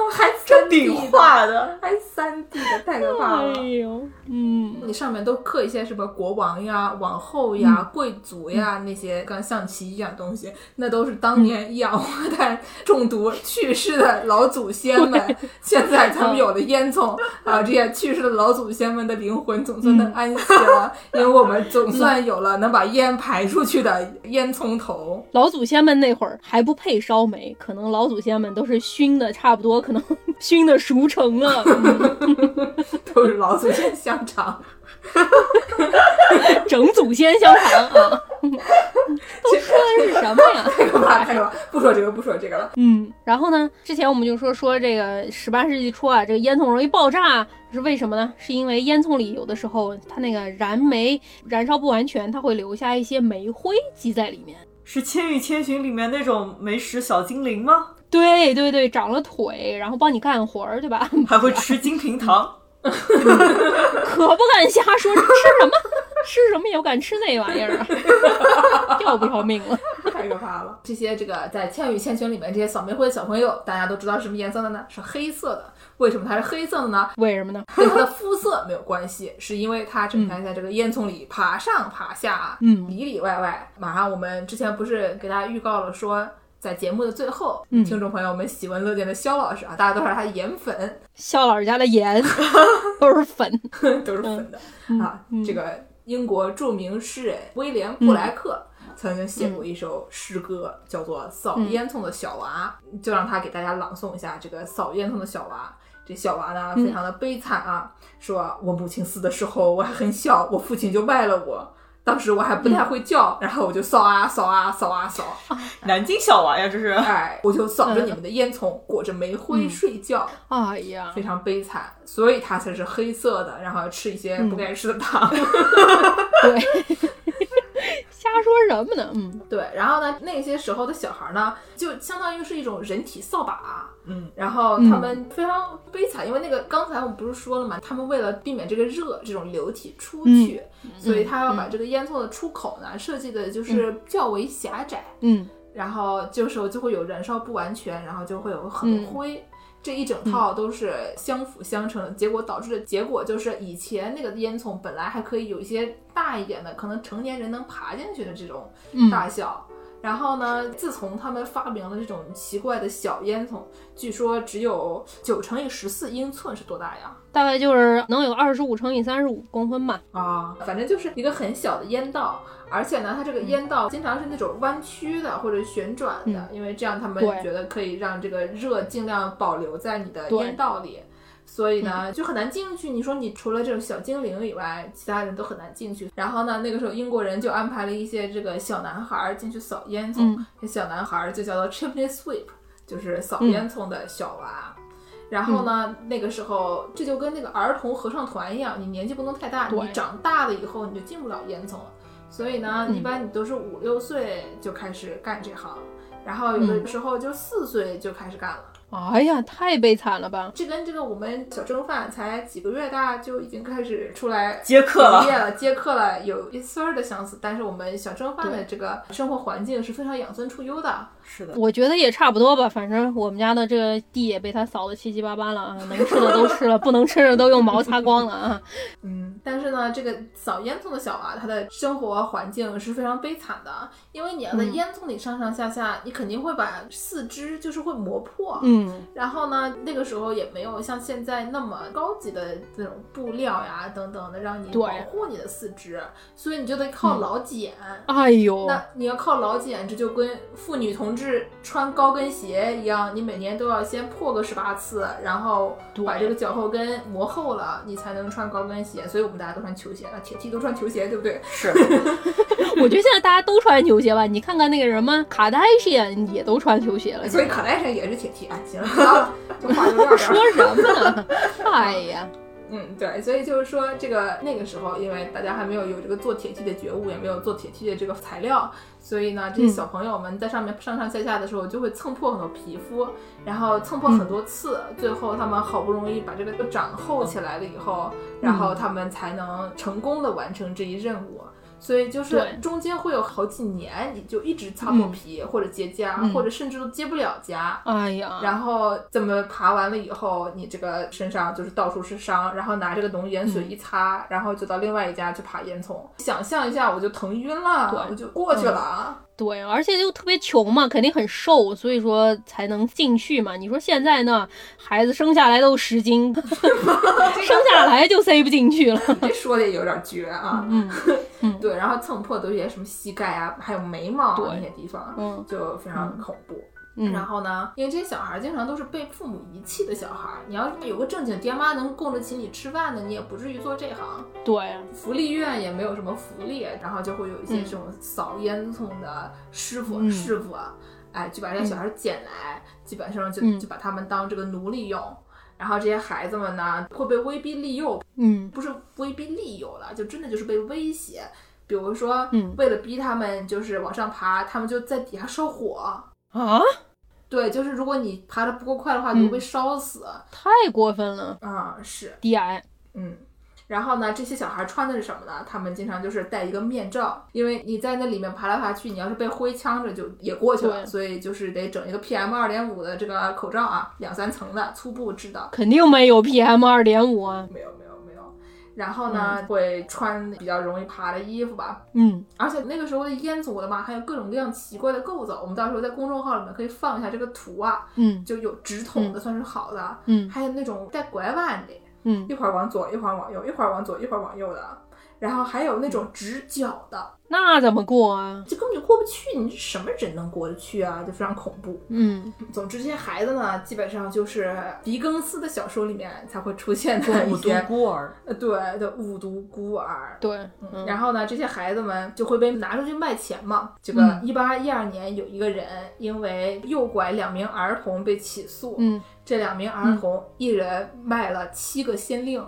A: 们还
B: 这
A: 三 D
B: 顶
A: 的，
B: 画的，
A: 还三 D 的，太可怕
C: 哎
A: 了。
C: 呦，嗯，
A: 你上面都刻一些什么国王呀、王后呀、贵族呀那些跟象棋一样东西，那都是当年一氧化碳中毒去世的老祖先们。现在咱们有了烟囱啊，这些去世的老祖先们的灵魂总算能安息了，因为我们总算有了能把烟排出去的烟囱头。
C: 老祖先们那会儿还不配烧煤，可能老祖先们都是熏的差不多，可能 熏的熟成了。嗯
A: 都是老祖先香肠，
C: 整祖先香肠啊， 都说的是什么呀？
A: 太可怕，太可怕！不说这个，不说这个了。
C: 嗯，然后呢，之前我们就说说这个十八世纪初啊，这个烟囱容易爆炸是为什么呢？是因为烟囱里有的时候它那个燃煤燃烧不完全，它会留下一些煤灰积在里面。
B: 是《千与千寻》里面那种没食小精灵吗？
C: 对对对，长了腿，然后帮你干活儿，对 吧？
B: 还会吃金瓶 糖，
C: 可不敢瞎说，吃什么吃什么也不敢吃那玩意儿 啊，要不要命了？
A: 太可怕了！这些这个在《千与千寻》里面这些扫煤灰的小朋友，大家都知道什么颜色的呢？是黑色的。为什么它是黑色的呢？
C: 为什么呢？
A: 跟它的肤色没有关系，是因为它整天在这个烟囱里爬上爬下，
C: 嗯
A: 里里外外。马上我们之前不是给大家预告了说。在节目的最后，
C: 嗯
A: 听众朋友们喜闻乐见的肖老师啊，大家都说他是颜粉，
C: 肖老师家的盐都是粉，
A: 都是粉的、啊。
C: 嗯
A: 这个英国著名诗人威廉布莱克
C: 嗯
A: 曾经写过一首诗歌，叫做《扫烟囱的小娃》，就让他给大家朗诵一下这个扫烟囱的小娃。这小娃呢，
C: 嗯
A: 非常的悲惨啊，说我母亲死的时候我还很小，我父亲就卖了我。当时我还不太
C: 嗯
A: 会叫，然后我就扫啊扫啊扫啊 扫，
B: 南京小娃呀，这是。
A: 哎，我就扫着你们的烟囱，裹着煤灰
C: 嗯
A: 睡觉，
C: 哎呀
A: 非，常悲惨，所以它才是黑色的，然后吃一些
C: 嗯
A: 不该吃的糖。
C: 对，瞎说什么呢？嗯。
A: 对，然后呢，那些时候的小孩呢，就相当于是一种人体扫把。
B: 嗯，
A: 然后他们非常悲惨，因为那个刚才我们不是说了嘛，他们为了避免这个热这种流体出去，所以他要把这个烟囱的出口呢、设计的就是较为狭窄，
C: 嗯
A: 然后这时候就会有燃烧不完全，然后就会有很多灰。这一整套都是相辅相成的，结果导致的结果就是以前那个烟囱本来还可以有一些大一点的，可能成年人能爬进去的这种
C: 嗯，
A: 大小。然后呢，自从他们发明了这种奇怪的小烟囱，据说只有九乘以十四英寸是多大呀？
C: 大概就是能有二十五乘以三十五公分吧。
A: 啊，反正就是一个很小的烟道，而且呢，它这个烟道经常是那种弯曲的或者旋转
C: 嗯
A: 的，因为这样他们
C: 对
A: 觉得可以让这个热尽量保留在你的
C: 对嗯
A: 烟道里。所以呢，就很难进去。你说你除了这种小精灵以外，其他人都很难进去。然后呢，那个时候英国人就安排了一些这个小男孩儿进去扫烟囱，
C: 嗯
A: 这小男孩儿就叫做 chimney sweep，就是扫
C: 嗯
A: 烟囱的小娃。然后呢，那个时候这就跟那个儿童合唱团一样，你年纪不能太大，
C: 对
A: 你长大了以后你就进不了烟囱了。所以呢，
C: 嗯
A: 一般你都是五六岁就开始干这行，然后有
C: 嗯
A: 的时候就四岁就开始干了。
C: 哎呀，太悲惨了吧！
A: 这跟这个我们小蒸饭才几个月大就已经开始出来
B: 接客了
A: 营业了，接客了，有一丝儿的相似。但是我们小蒸饭的
C: 对
A: 这个生活环境是非常养尊处优的，
B: 是的，
C: 我觉得也差不多吧，反正我们家的这个地也被他扫得七七八八了啊，能吃的都吃了，不能吃的都用毛擦光了啊。
A: 嗯，但是呢，这个扫烟囱的小娃，他的生活环境是非常悲惨的，因为你要在
C: 嗯
A: 烟囱里上上下下，你肯定会把四肢就是会磨破。
C: 嗯，
A: 然后呢，那个时候也没有像现在那么高级的那种布料呀等等的，让你
C: 对
A: 保护你的四肢，所以你就得靠
C: 嗯
A: 老茧。
C: 哎呦，
A: 那你要靠老茧，这就跟妇女同志穿高跟鞋一样，你每年都要先破个十八次，然后把
C: 对
A: 这个脚后跟磨厚了，你才能穿高跟鞋。所以我们大家都穿球鞋，那铁梯都穿球鞋，对不对？
B: 是
C: 我觉得现在大家都穿球鞋吧，你看看那个什么卡戴珊也都穿球鞋了，
A: 所以卡戴珊也是铁梯。哎， 行了，不唠了，这话就到这儿。
C: 说什么呢？哎呀，
A: 嗯，对，所以就是说，这个那个时候，因为大家还没有有这个做铁梯的觉悟，也没有做铁梯的这个材料，所以呢，这些
C: 嗯
A: 小朋友们在上面上上下下的时候，就会蹭破很多皮肤，然后蹭破很多次，最后他们好不容易把这个长厚起来了以后，然后他们才能成功的完成这一任务。所以就是
C: 对
A: 中间会有好几年，你就一直擦破皮、或者结痂，
C: 嗯
A: 或者甚至都结不了痂。
C: 哎呀，
A: 然后怎么爬完了以后，你这个身上就是到处是伤，然后拿这个浓盐水一擦，然后就到另外一家去爬烟囱。想象一下，我就疼晕了
C: 对，
A: 我就过去了啊。
C: 对，而且又特别穷嘛，肯定很瘦，所以说才能进去嘛。你说现在呢，孩子生下来都十斤， 生下来就塞不进去了。
A: 这说的也有点绝啊。
C: 嗯
A: 对，然后蹭破都有些什么膝盖啊，还有眉毛啊
C: 对
A: 那些地方，
C: 嗯
A: 就非常恐怖。然
C: 嗯，
A: 后呢，因为这些小孩经常都是被父母遗弃的小孩，你要是有个正经爹妈能供得起你吃饭的，你也不至于做这行。
C: 对，啊
A: 福利院也没有什么福利，然后就会有一些
C: 嗯
A: 这种扫烟囱的师傅、
C: 嗯
A: 师傅啊，哎，就把这些小孩捡来，基本上就、
C: 嗯
A: 就把他们当这个奴隶用。然后这些孩子们呢，会被威逼利诱，
C: 嗯
A: 不是威逼利诱了，就真的就是被威胁。比如说，
C: 嗯
A: 为了逼他们就是往上爬，他们就在底下烧火。
C: 啊，
A: 对，就是如果你爬得不够快的话，你会
C: 嗯
A: 被烧死。啊、
C: 太过分了，
A: 是，
C: 低矮。
A: 嗯。然后呢，这些小孩穿的是什么呢？他们经常就是戴一个面罩，因为你在那里面爬来爬去，你要是被灰呛着就也过去了，
C: 对
A: 所以就是得整一个 PM 二点五的这个口罩啊，两三层的，粗布制的。
C: 肯定没有 PM 二点五啊。
A: 没有，没有，没有。然后呢，会穿比较容易爬的衣服吧，
C: 嗯，
A: 而且那个时候的烟囱，我的妈，还有各种各样奇怪的构造。我们到时候在公众号里面可以放一下这个图啊，
C: 嗯
A: 就有直筒的算是好的，
C: 嗯
A: 还有那种带拐弯的，
C: 嗯，
A: 一会儿往左，一会儿往右，一会儿往左，一会儿往右的。然后还有那种直角的，
C: 那怎么过啊？
A: 就根本就过不去，你什么人能过得去啊？就非常恐怖。
C: 嗯，
A: 总之，这些孩子呢，基本上就是狄更斯的小说里面才会出现的
B: 对，
A: 一
B: 我读
A: 些，
B: 孤儿，
A: 呃对的五毒孤儿。
C: 对，嗯
A: 然后呢，这些孩子们就会被拿出去卖钱嘛。这个
C: 嗯
A: 一八一二年有一个人因为诱拐两名儿童被起诉，
C: 嗯，
A: 这两名儿童一人卖了七个先令，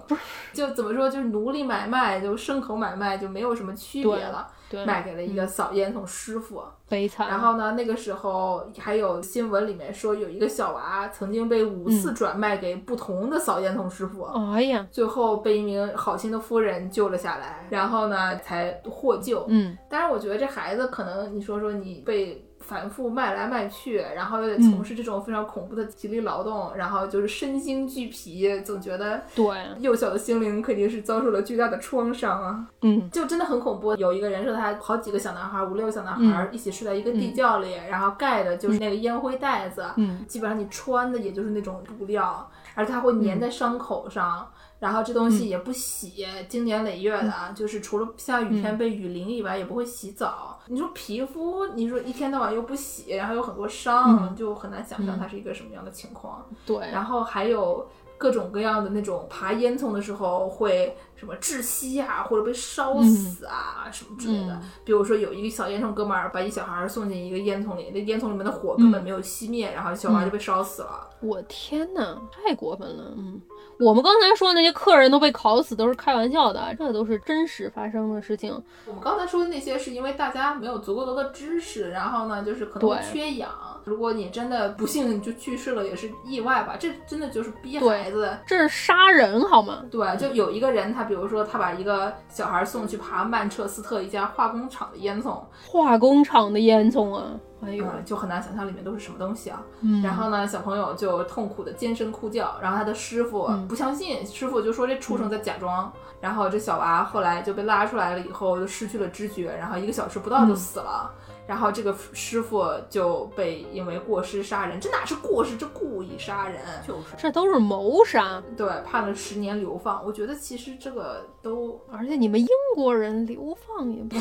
A: 就怎么说，就是奴隶买卖，就牲口买卖，就没有什么区别了，
C: 对，嗯啊
A: 卖给了一个扫烟囱师傅。
C: 悲惨。
A: 然后呢，那个时候还有新闻里面说，有一个小娃曾经被五
C: 嗯
A: 次转卖给不同的扫烟囱师傅。
C: 哎呀，
A: 最后被一名好心的夫人救了下来，然后呢才获救。
C: 嗯
A: 但是我觉得这孩子可能，你说说你被反复卖来卖去，然后又得从事这种非常恐怖的体力劳动，然后就是身心俱疲，总觉得
C: 对，啊
A: 幼小的心灵肯定是遭受了巨大的创伤啊，
C: 嗯
A: 就真的很恐怖。有一个人说他好几个小男孩，五六个小男孩一起睡在一个地窖里，然后盖的就是那个烟灰袋子，
C: 嗯
A: 基本上你穿的也就是那种布料，而且它会粘在伤口上。然后这东西也不洗，经年累月的，啊，就是除了下雨天被雨淋以外，也不会洗澡。你说皮肤，你说一天到晚又不洗，然后有很多伤，就很难想象它是一个什么样的情况。
C: 对，啊
A: 然后还有各种各样的那种爬烟囱的时候会什么窒息啊，或者被烧死啊、什么之类的。比如说有一个小烟囱哥们儿把一小孩儿送进一个烟囱里，那烟囱里面的火根本没有熄灭，然后小孩就被烧死了。
C: 我天呐，太过分了。嗯，我们刚才说那些客人都被烤死，都是开玩笑的，啊这都是真实发生的事情。
A: 我们刚才说的那些是因为大家没有足够多的知识，然后呢，就是可能会
C: 对
A: 缺氧。如果你真的不幸你就去世了，也是意外吧？这真的就是逼
C: 对
A: 孩子。
C: 这是杀人好吗？
A: 对，就有一个人，他比如说他把一个小孩送去爬曼彻斯特一家化工厂的烟囱，
C: 化工厂的烟囱啊！哎呦，
A: 嗯，就很难想象里面都是什么东西啊。
C: 嗯
A: 然后呢，小朋友就痛苦的尖声哭叫，然后他的师傅
C: 嗯
A: 不相信，师傅就说这畜生在假装。然后这小娃后来就被拉出来了以后，就失去了知觉，然后一个小时不到就死了。然后这个师傅就被因为过失杀人，这哪是过失，这故意杀人，
B: 就是
C: 这都是谋杀，
A: 对，判了十年流放。我觉得其实这个都
C: 而且你们英国人流放也不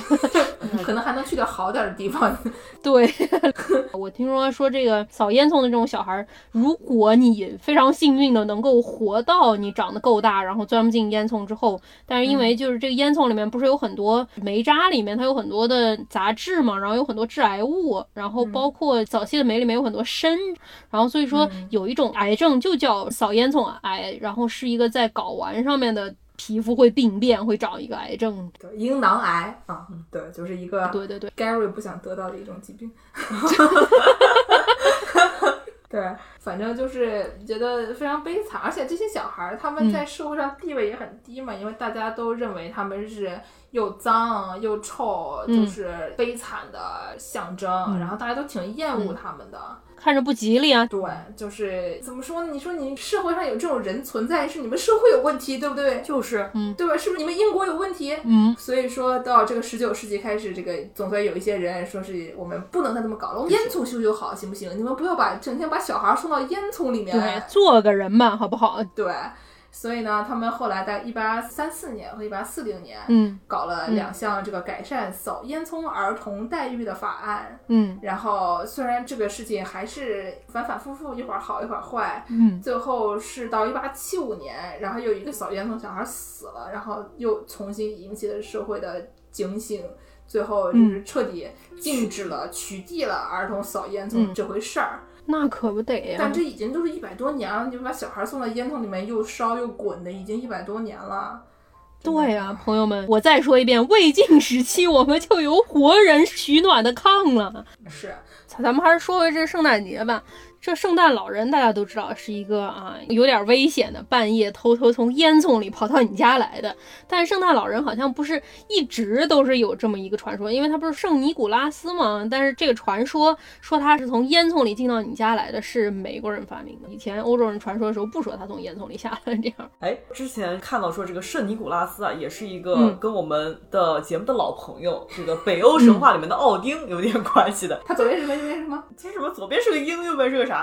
A: 可能还能去点好点的地方，
C: 对， 我听说说这个扫烟囱的这种小孩儿，如果你非常幸运的能够活到你长得够大，然后钻不进烟囱之后，但是因为就是这个烟囱里面不是有很多煤渣，里面它有很多的杂质嘛，然后有很多致癌物，然后包括早期的煤里面有很多砷，然后所以说有一种癌症就叫扫烟囱癌，然后是一个在睾丸上面的。皮肤会病变，会长一个癌症。
A: 对，阴囊癌啊，对，就是一个
C: 对对对，
A: Gary 不想得到的一种疾病。对，反正就是觉得非常悲惨，而且这些小孩儿他们在社会上地位也很低嘛，因为大家都认为他们是又脏又臭，就是悲惨的象征，然后大家都挺厌恶他们的。
C: 看着不吉利啊。
A: 对，就是怎么说呢？你说你社会上有这种人存在，是你们社会有问题，对不对？
C: 就是，嗯
A: 对吧？是不是你们英国有问题？
C: 嗯，
A: 所以说到这个十九世纪开始，这个总算有一些人说是我们不能再这么搞了，我们烟囱修修好行不行？你们不要把整天把小孩送到烟囱里面
C: 对
A: 来，。
C: 做个人吧，好不好？
A: 对，所以呢，他们后来在一八三四年和一八四零年。
C: 嗯
A: 搞了两项这个改善扫烟囱儿童待遇的法案，
C: 嗯
A: 然后虽然这个事情还是反反复复，一会儿好一会儿坏，
C: 嗯，
A: 最后是到一八七五年，然后有一个小烟囱小孩死了，然后又重新引起了社会的警醒，最后
B: 嗯
A: 就是彻底禁止了、取缔了儿童扫烟囱
C: 嗯
A: 这回事儿。
C: 那可不得
B: 嗯
C: 呀
A: 但。这已经就是一百多年了，你把小孩送到烟囱里面又烧又滚的，已经一百多年了。真的
C: 对呀、朋友们，我再说一遍，魏晋时期我们就有活人取暖的炕了。
A: 是
C: 咱们还是说回这圣诞节吧。这圣诞老人大家都知道是一个啊有点危险的，半夜偷偷从烟囱里跑到你家来的。但圣诞老人好像不是一直都是有这么一个传说，因为他不是圣尼古拉斯嘛。但是这个传说说他是从烟囱里进到你家来的，是美国人发明的。以前欧洲人传说的时候不说他从烟囱里下来这样。
B: 哎，之前看到说这个圣尼古拉斯啊，也是一个
C: 嗯
B: 跟我们的节目的老朋友，这个北欧神话里面的奥丁有点关系的。
A: 他左边是什么？右边是什么？
B: 这什么？左边是个鹰，右边是个啥？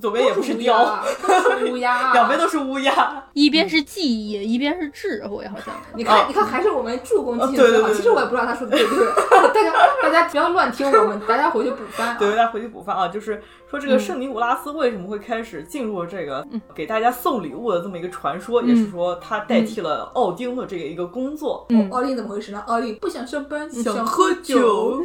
B: 左边也不
A: 是
B: 是
A: 乌
B: 雕，
A: 鸦，都啊是乌鸦， 啊
B: 两边都是乌鸦。
C: 一边是记忆，一边是智慧，好像。
A: 你
B: 啊
A: 看，你看，还是我们助攻进
B: 啊对对
A: 最
B: 对
A: 好。
B: 对
A: 其实我也不知道他说的对 不对，大家大家不要乱听我们，大家回去补番啊。
B: 对，大家回去补番啊，就是说这个圣尼古拉斯为什么会开始进入这个给大家送礼物的这么一个传说，也是说他代替了奥丁的这个一个工作。
C: 嗯，
A: 哦奥利怎么回事呢？奥利不想上班，
B: 想
A: 喝
B: 喝酒。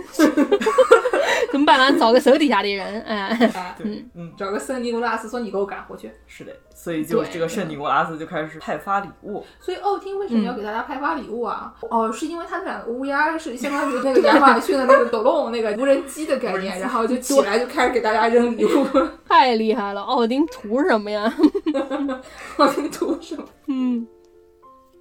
C: 怎么办呢？找个手底下的人，哎，
A: 哎
B: 对，嗯，
A: 找个圣尼古拉斯说你给我赶回去。
B: 是的，所以就
C: 对
B: 这个圣尼古拉斯就开始派发礼物。
A: 所以奥汀为什么要给大家派发礼物啊？哦，是因为他那两个乌鸦是相当于那个亚马逊的那个抖动那个无人机的概念，然后就起来就开始给大家扔礼物。
C: 太厉害了！奥丁图什么呀？
A: 奥汀图什么？
C: 嗯。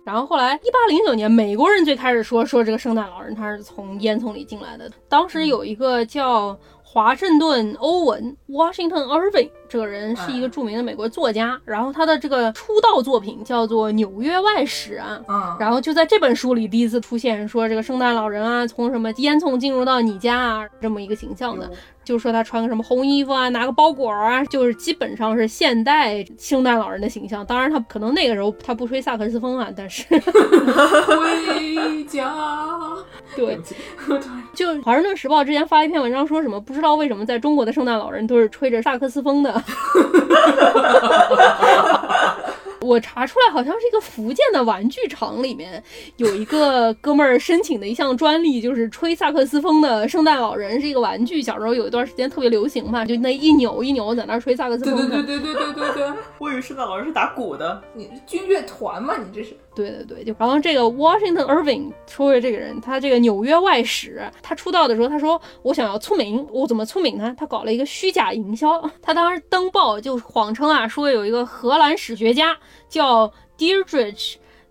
C: 然后后来，一八零九年，美国人最开始说说这个圣诞老人他是从烟囱里进来的。当时有一个叫华盛顿·欧文 （Washington Irving） 这个人是一个著名的美国作家，然后他的这个出道作品叫做《纽约外史》啊，
A: 嗯，
C: 然后就在这本书里第一次出现说这个圣诞老人啊，从什么烟囱进入到你家啊这么一个形象的，就说他穿个什么红衣服啊，拿个包裹啊，就是基本上是现代圣诞老人的形象。当然他可能那个时候他不吹萨克斯风啊，但是
A: 回家。
C: 对，就《华盛顿时报》之前发一篇文章说什么不知道为什么在中国的圣诞老人都是吹着萨克斯风的。 我查出来，好像是一个福建的玩具厂里面有一个哥们儿申请的一项专利，就是吹萨克斯风的圣诞老人是一个玩具。小时候有一段时间特别流行嘛，就那一扭一扭在那儿吹萨克斯
A: 对
C: 风
A: 对
C: 的。
A: 对对对对对对，
B: 我以为圣诞老人是打鼓的，
A: 你是军乐团吗？你这是？
C: 对对对，就然后这个 Washington Irving 说的这个人，他这个纽约外史，他出道的时候，他说我想要出名，我怎么出名呢？他搞了一个虚假营销，他当时登报就谎称啊，说有一个荷兰史学家叫 Deirdre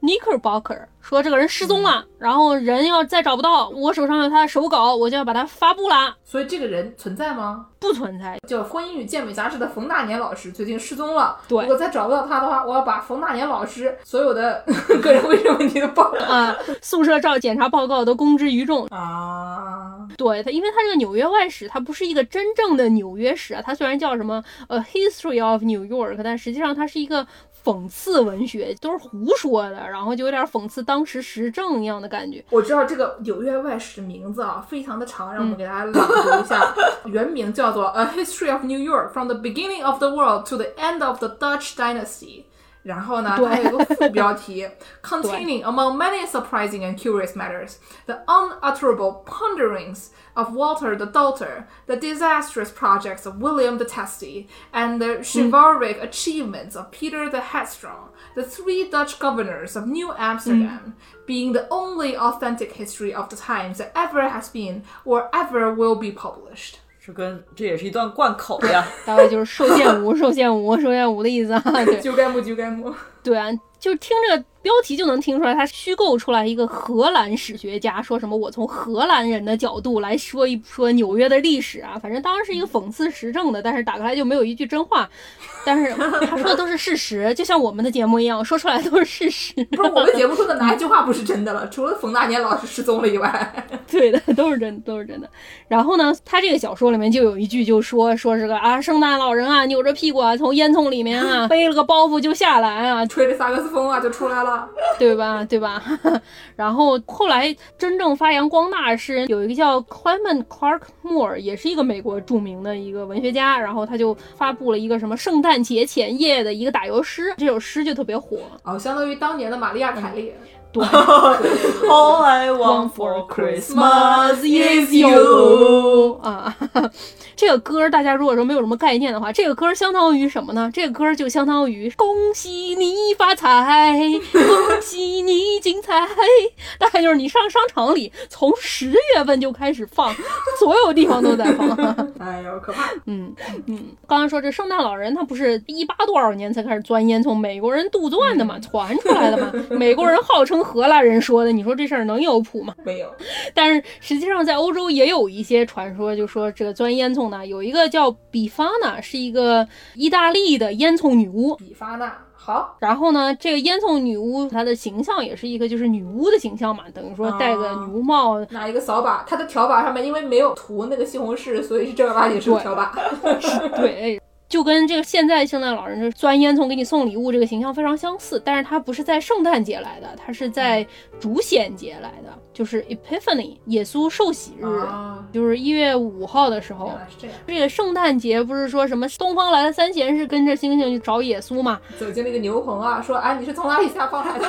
C: Knickerbocker，说这个人失踪了，然后人要再找不到，我手上有他的手稿，我就要把它发布啦，
A: 所以这个人存在吗？
C: 不存在，
A: 叫《婚姻与健美杂志》的冯大年老师最近失踪了。
C: 对
A: 如果再找不到他的话，我要把冯大年老师所有 的个人卫生问题的报告
C: 啊，宿舍照检查报告都公之于众，
A: 啊，
C: 对它，因为它这个纽约外史，它不是一个真正的纽约史啊。它虽然叫什么呃 History of New York，但实际上它是一个讽刺文学，都是胡说的，然后就有点讽刺当时时政一样的感觉。
A: 我知道这个纽约外史名字啊非常的长，让我们给大家朗读一 下。原名叫做《A History of New York: From the Beginning of the World to the End of the Dutch Dynasty》。然后呢，它
C: 对
A: 还有一个副标 题：Containing among many surprising and curious matters, the unutterable ponderings of Walter the Doubter, the disastrous projects of William the Testy, and the chivalric achievements of Peter the Headstrong, the three Dutch governors of New Amsterdam, being the only authentic history of the times that ever has been or ever will be published.
B: 这跟这也是一段贯口呀。
C: 大概就是受限无，受限无，受限无的意思啊。对
A: 就该木就该木，
C: 对啊，就是听这个标题就能听出来，他虚构出来一个荷兰史学家说什么我从荷兰人的角度来说一说纽约的历史啊，反正当然是一个讽刺时政的，但是打开来就没有一句真话，但是他说的都是事实，就像我们的节目一样，说出来都是事 实。
A: 不是我们节目说的哪一句话不是真的了？除了冯大年老师失踪了以外，
C: 对的，都是真的，都是真的。然后呢，他这个小说里面就有一句就说说是个啊，圣诞老人啊，扭着屁股啊，从烟囱里面啊背了个包袱就下来啊，
A: 吹着萨克斯风啊就出来了，
C: 对吧？对吧？ 然后后来真正发扬光大是有一个叫 Clement Clark Moore，也是一个美国著名的一个文学家，然后他就发布了一个什么圣诞节前夜的一个打油诗，这首诗就特别火。
A: 哦，相当于当年的玛利亚凯莉。
C: 对，
B: All I want for Christmas is you。
C: 啊， 这个歌大家如果说没有什么概念的话，这个歌相当于什么呢？这个歌就相当于恭喜你发财，恭喜你精彩。大概就是你上商场里从十月份就开始放，所有地方都在放。
A: 哎呦，可怕！
C: 嗯嗯，刚刚说这圣诞老人他不是一八多少年才开始钻烟囱，从美国人杜撰
B: 嗯
C: 的嘛，传出来的嘛，美国人号称。荷兰人说的，你说这事儿能有谱吗？
A: 没有。
C: 但是实际上，在欧洲也有一些传说，就说这个钻烟囱呢，有一个叫比发娜，是一个意大利的烟囱女巫。
A: 比发娜，好。
C: 然后呢，这个烟囱女巫她的形象也是一个就是女巫的形象嘛，等于说戴个女巫帽，啊、
A: 拿一个扫把。她的条把上面因为没有涂那个西红柿，所以是正儿八经是个条把。
C: 对。就跟这个现在圣诞老人就钻烟囱给你送礼物这个形象非常相似，但是它不是在圣诞节来的，它是在主显节来的，就是 Epiphany，耶稣受洗日，
A: 啊、
C: 就是一月五号的时候。
A: 这,
C: 这个圣诞节不是说什么东方来的三贤是跟着星星去找耶稣嘛？
A: 走进那个牛棚啊，说哎你是从哪里下放来的？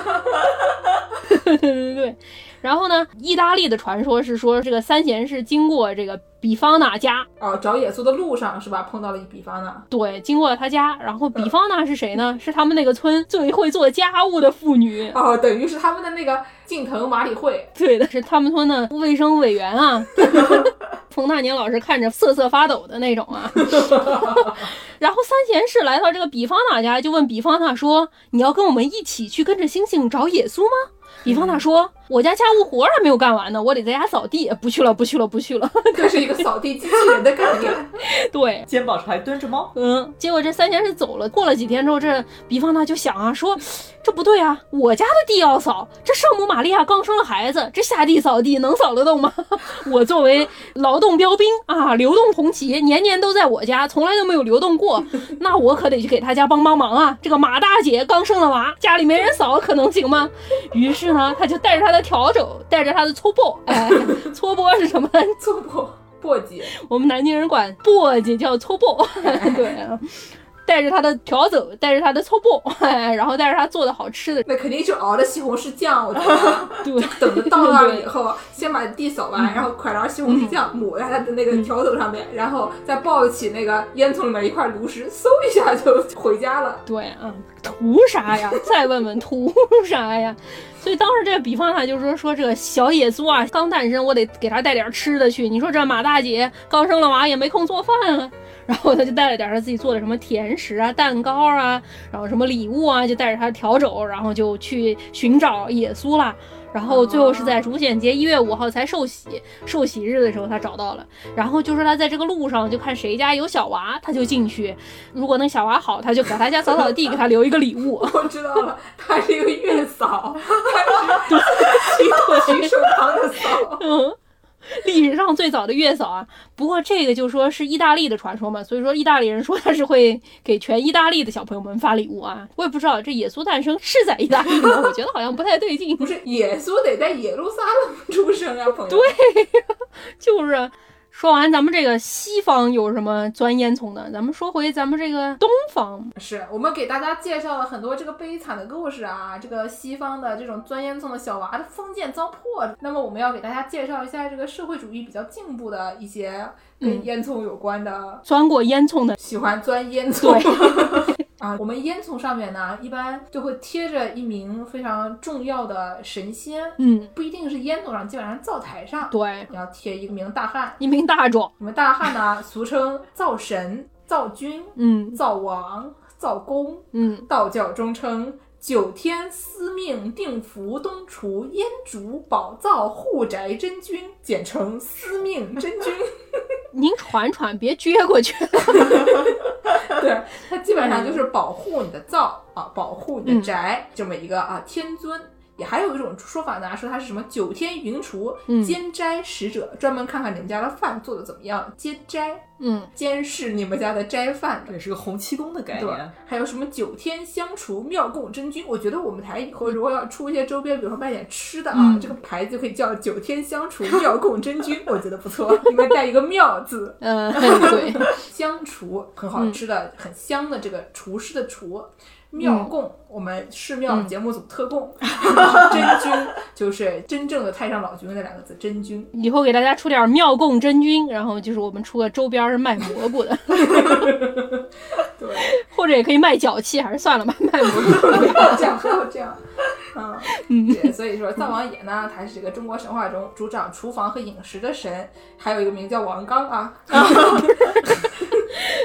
C: 对 对对。然后呢，意大利的传说是说这个三贤是经过这个。比方娜家
A: 哦，找耶稣的路上是吧？碰到了比方娜，
C: 对，经过了他家，然后比方娜是谁呢？是他们那个村最会做家务的妇女
A: 哦，等于是他们的那个近藤麻里惠，
C: 对的，是他们村的卫生委员啊。冯大年老师看着瑟瑟发抖的那种啊。然后三贤士来到这个比方娜家，就问比方娜说：“你要跟我们一起去跟着星星找耶稣吗？”比方他说：“我家家务活还没有干完呢，我得在家扫地。不去了，不去了，不去了。”
A: 这是一个扫地机器人的概念。
C: 对，
B: 肩膀上还蹲着猫。
C: 嗯，结果这三贤士走了。过了几天之后，这比方他就想啊，说这不对啊，我家的地要扫，这圣母玛利亚啊刚生了孩子，这下地扫地能扫得动吗？我作为劳动标兵啊，流动红旗年年都在我家，从来都没有流动过。那我可得去给他家帮帮忙啊！这个马大姐刚生了娃，家里没人扫，可能行吗？于是。是呢，他就带着他的笤帚，带着他的搓钵，哎，搓钵是什么？
A: 搓钵簸箕，
C: 我们南京人管簸箕叫搓钵，对、啊。带着他的笤帚，带着他的搓布， 然后带着他做的好吃的，
A: 那肯定是熬的西红柿酱。我觉得，
C: 对，
A: 等着到那儿以后，先把地扫完，然后快拿西红柿酱抹在他的那个笤帚上面，然后再抱起那个烟囱里面一块炉石，嗖一下就回家了。
C: 对啊，图啥呀？再问问图啥呀？所以当时这个比方他就是说说这个小野猪啊，刚诞生，我得给他带点吃的去。你说这马大姐刚生了娃也没空做饭啊。然后他就带了点他自己做的什么甜食啊、蛋糕啊，然后什么礼物啊，就带着他的笤帚，然后就去寻找耶稣啦。然后最后是在主显节一月五号才受洗，受洗日的时候他找到了。然后就说他在这个路上就看谁家有小娃，他就进去。如果那小娃好，他就给他家扫扫地，给他留一个礼物。
A: 我知道了，他是一个月嫂，他是举手旁的嫂。
C: 嗯。 历史上最早的月嫂啊，不过这个就说是意大利的传说嘛，所以说意大利人说他是会给全意大利的小朋友们发礼物啊。我也不知道这耶稣诞生是在意大利吗？我觉得好像不太对劲。
A: 不是耶稣得在耶路撒冷出生啊，朋友。
C: 对，就是。说完咱们这个西方有什么钻烟囱的，咱们说回咱们这个东方。
A: 是我们给大家介绍了很多这个悲惨的故事啊，这个西方的这种钻烟囱的小娃的封建糟粕。那么我们要给大家介绍一下这个社会主义比较进步的一些跟烟囱有关的，嗯、
C: 钻过烟囱的，
A: 喜欢钻烟囱。啊，我们烟囱上面呢，一般就会贴着一名非常重要的神仙，
C: 嗯，
A: 不一定是烟囱上，基本上灶台上，
C: 对，
A: 要贴一名大汉，
C: 一名大壮。
A: 我们大汉呢，俗称灶神、灶君、
C: 嗯、
A: 灶王、灶公，
C: 嗯，
A: 道教中称。九天司命定福东厨烟烛宝灶护宅真君，简称司命真君。
C: 您传传，别撅过去。
A: 对，它基本上就是保护你的灶啊，保护你的宅、这么一个啊天尊。也还有一种说法呢，说他是什么九天云厨
C: 嗯
A: 监斋使者，专门看看你们家的饭做的怎么样，监斋
C: 嗯，
A: 监视你们家的斋饭的。
B: 这也是个洪七公的概
A: 对
B: 念。，
A: 还有什么九天相除妙供真君？我觉得我们台以后如果要出一些周边，比如说卖点吃的啊，
C: 嗯
A: 这个牌子就可以叫九天相除妙供真君，我觉得不错，应该带一个妙字。
C: 呃， 对，
A: 香厨很好吃的，很香的这个厨师的厨。妙供，我们寺庙节目组特供， 真君就是真正的太上老君那两个字，真君。
C: 以后给大家出点妙供真菌，然后就是我们出个周边是卖蘑菇的，
A: 对，
C: 或者也可以卖脚气，还是算了 吧，卖蘑菇。
A: 不要这样，不要这样。嗯，对，所以说灶王爷呢，他是这个中国神话中主掌厨房和饮食的神，还有一个名叫王刚啊。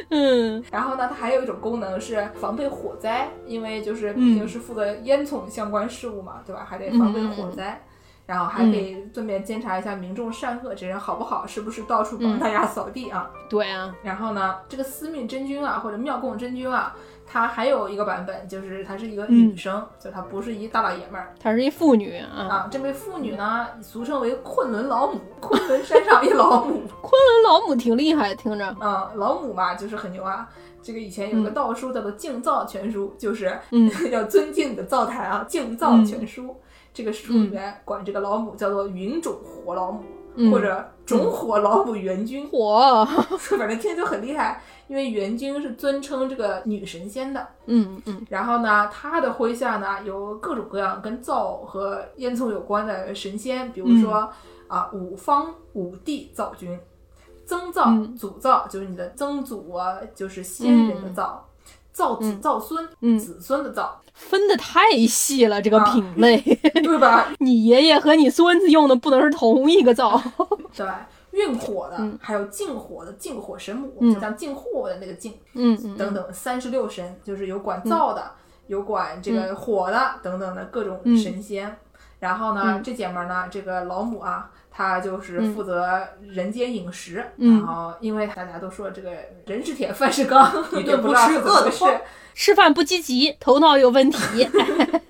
C: 嗯
A: 然后呢，它还有一种功能是防备火灾，因为
C: 嗯
A: 就是毕竟是负责烟囱相关事务嘛，对吧？还得防备火
C: 嗯
A: 灾。然后还可以顺便监察一下民众善恶之人好不好，是不是到处帮
C: 嗯
A: 大家扫地啊？，
C: 对啊，
A: 然后呢，这个司命真君啊，或者妙供真君啊，它还有一个版本，就是它是一个
C: 嗯
A: 女生，就它不是一大老爷们儿，
C: 她是一妇女啊，
A: 啊，这位妇女呢，俗称为昆仑老母， 昆仑山上一老母。
C: 昆仑老母挺厉害，听着，
A: 啊，老母嘛，就是很牛啊。这个以前有个道书叫做《敬灶全书》，就是
C: 嗯
A: 要尊敬你的灶台啊，《敬灶全书》这个书里面管这个老母叫做云种火老母，
C: 嗯
A: 或者种火老母元君，
C: 火，啊
A: 反正听着就很厉害。因为元君是尊称这个女神仙的，
C: 嗯嗯
A: 然后呢，他的麾下呢有各种各样跟灶和烟囱有关的神仙，比如
C: 嗯
A: 说、啊五方五帝灶君，曾灶、
C: 嗯
A: 祖灶就是你的曾祖啊，就是先人的灶，灶子、
C: 嗯
A: 灶孙、
C: 嗯，
A: 子孙的灶，
C: 分的太细了，这个
A: 啊
C: 品类，
A: 对吧？
C: 你爷爷和你孙子用的不能是同一个灶。
A: 对吧。运火的，
C: 嗯
A: 还有进火的，进火神母，
C: 嗯
A: 就像进货的那个进，
C: 嗯嗯
A: 等等三十六神，就是有管灶的，有管这个火的、等等的各种
C: 嗯
A: 神仙。然后呢，
C: 嗯
A: 这姐们儿呢，这个老母啊，她就是
C: 嗯
A: 负责人间饮食。
C: 嗯
A: 然后，因为大家都说这个人是铁，饭是钢，
B: 一
A: 也
B: 顿不
A: 知道
B: 吃
A: 是怎么
B: 饿得
A: 回事
B: 慌
C: 吃饭不积极，头脑有问题。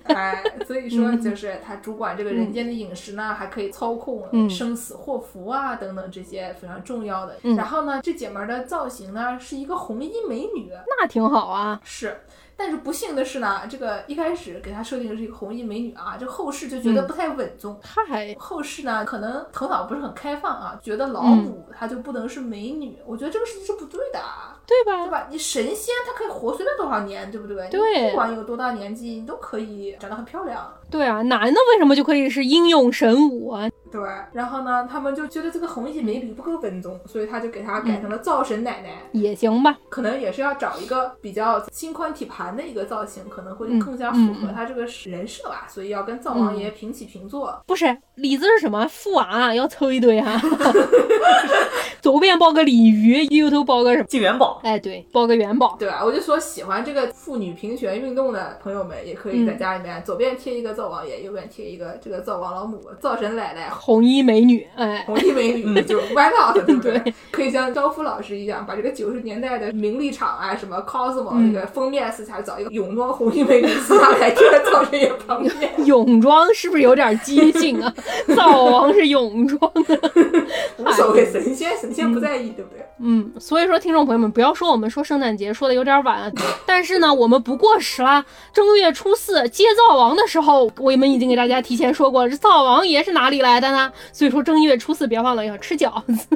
A: 哎，所以说
C: 嗯
A: 就是他主管这个人间的饮食呢，还可以操控
C: 嗯
A: 生死祸福啊等等这些非常重要的。
C: 嗯
A: 然后呢，这姐们儿的造型呢是一个红衣美女，
C: 那挺好啊。
A: 是，但是不幸的是呢，这个一开始给她设定的是一个红衣美女啊，这后世就觉得不太稳重。
C: 嗨，
A: 后世呢，可能头脑不是很开放啊，觉得老母她就不能是美女，我觉得这个事情是不对的啊，
C: 对
A: 对
C: 吧？
A: 吧？你神仙她可以活随便多少年，对不对？你
C: 对
A: 不管有多大年纪，你都可以长得很漂亮。
C: 对啊，男的为什么就可以是英勇神武啊？
A: 对，然后呢，他们就觉得这个红衣美女不够稳重，所以他就给她改成了灶神奶奶。
C: 也行吧。
A: 可能也是要找一个比较心宽体盘的一个造型，可能会
C: 嗯
A: 更加符合他这个人设吧，所以要跟灶王爷平起平坐。
C: 不是，李子是什么？富娃啊，要凑一堆 啊。左边包个鲤鱼，右头包个什么？
B: 纪元宝，
C: 哎，对，包个元宝。
A: 对吧？我就说喜欢这个妇女平权运动的朋友们，也可以
C: 嗯
A: 在家里面左边贴一个灶王爷，右边贴一个这个灶王老母、灶神奶奶、
C: 红衣美女，哎，
A: 红衣美女，就 why not，对不 对？
C: 对
A: 可以像招夫老师一样，把这个九十年代的名利场啊，什么 Cosmo
C: 嗯
A: 那个封面撕下来，找一个泳装红衣美女撕下来贴在灶神爷旁
C: 哎
A: 边。
C: 泳装是不是有点激进啊？ 灶王是泳装的。
A: 无所谓，神仙神仙不在意，对不对？
C: 嗯，所以说，听众朋友们，不要说我们说圣诞节说的有点晚，但是呢，我们不过时啦。正月初四接灶王的时候，我们已经给大家提前说过，这灶王爷是哪里来的呢？所以说正月初四别忘了要吃饺子。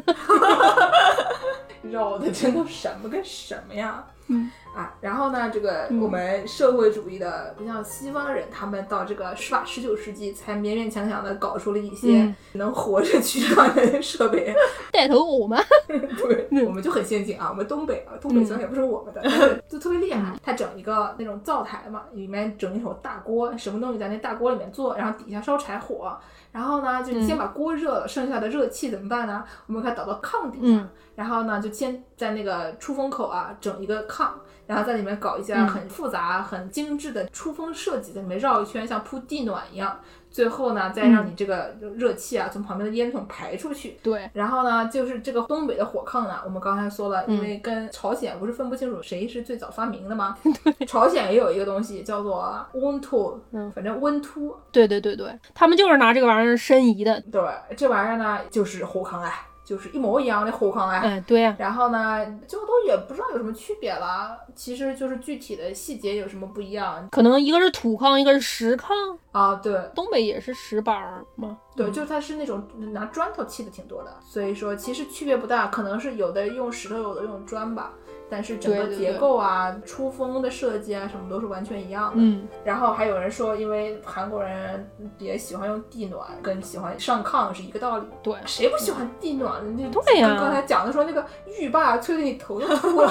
A: 绕的真的什么跟什么呀？
C: 嗯
A: 啊，然后呢，这个
C: 嗯
A: 我们社会主义的，不像西方人，他们到这个十八、十九世纪才勉勉强强的搞出了一些
C: 嗯
A: 能活着去上的设备。
C: 带头我们，嗯
A: 对，我们就很先进啊，我们东北啊，东北虽然也不是我们 的，但是就特别厉害。他整一个那种灶台嘛，里面整一口大锅，什么东西在那大锅里面做，然后底下烧柴火，然后呢，
C: 嗯
A: 就你先把锅热了，剩下的热气怎么办呢？我们可以倒到炕底下。
C: 嗯
A: 然后呢，就先在那个出风口啊整一个炕，然后在里面搞一下很复杂、很精致的出风设计，在里面绕一圈，像铺地暖一样。最后呢，再让你这个热气啊、从旁边的烟囱排出去。
C: 对，
A: 然后呢，就是这个东北的火炕啊呢，我们刚才说了，因为跟朝鲜不是分不清楚谁是最早发明的吗？朝鲜也有一个东西叫做温突，
C: 嗯
A: 反正温突，
C: 对对对对，他们就是拿这个玩意儿申遗的。
A: 对，这玩意儿呢就是火炕哎，就是一模一样的火炕哎。
C: 哎，对呀、
A: 然后呢，这个东西也不知道有什么区别了，其实就是具体的细节有什么不一样
C: 可能一个是土炕，一个是石炕，
A: 啊？对，
C: 东北也是石板儿嘛。
A: 对，就是它是那种拿砖头砌的挺多的，所以说其实区别不大，可能是有的用石头，有的用砖吧。但是整
C: 对
A: 个
C: 对
A: 结
C: 对
A: 构啊、出风的设计啊，什么都是完全一样的。
C: 嗯，
A: 然后还有人说，因为韩国人也喜欢用地暖，跟喜欢上炕是一个道理。
C: 对，
A: 谁不喜欢地暖呢？那
C: 嗯对呀
A: 跟刚才讲的说那个浴霸吹得你头都秃了，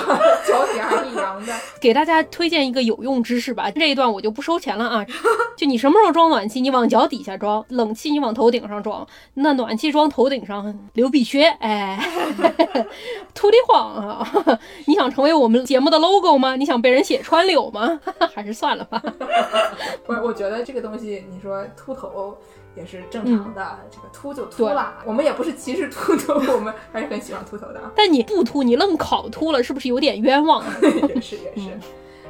A: 脚底还是凉的。
C: 给大家推荐一个有用知识吧，这一段我就不收钱了啊。 就你什么时候装暖气，你往脚底下装；冷气你往头顶上装。那暖气装头顶上，流鼻血，哎， 秃里晃啊！ 你想成为我们节目的 logo 吗？你想被人血穿柳吗？ 还是算了吧。
A: 不是，我觉得这个东西，你说秃头也是正常的，这个秃就秃
C: 对
A: 啦。我们也不是歧视秃头，我们还是很喜欢秃头的啊，
C: 但你不秃，你愣烤秃了，是不是有点冤枉啊？
A: 也 是也是。
C: 嗯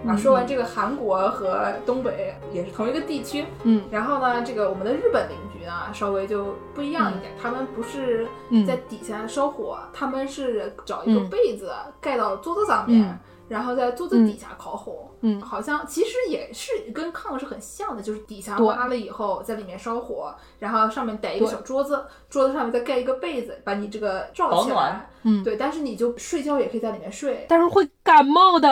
A: 啊，说完这个韩国和东北也是同一个地区，
C: 嗯，
A: 然后呢，这个我们的日本邻居呢稍微就不一样一点，他们不是
C: 嗯
A: 在底下烧火，他们是找一个
C: 嗯
A: 被子盖到桌子上面，
C: 嗯
A: 然后在桌子底下烤火。
C: 嗯
A: 好像其实也是跟炕是很像的，就是底下
C: 对
A: 挖了以后，在里面烧火，然后上面逮一个
C: 对
A: 小桌子，桌子上面再盖一个被子，把你这个罩
B: 保
A: 起来
B: 暖。
C: 嗯
A: 对，但是你就睡觉也可以在里面睡
C: 但是会感冒的，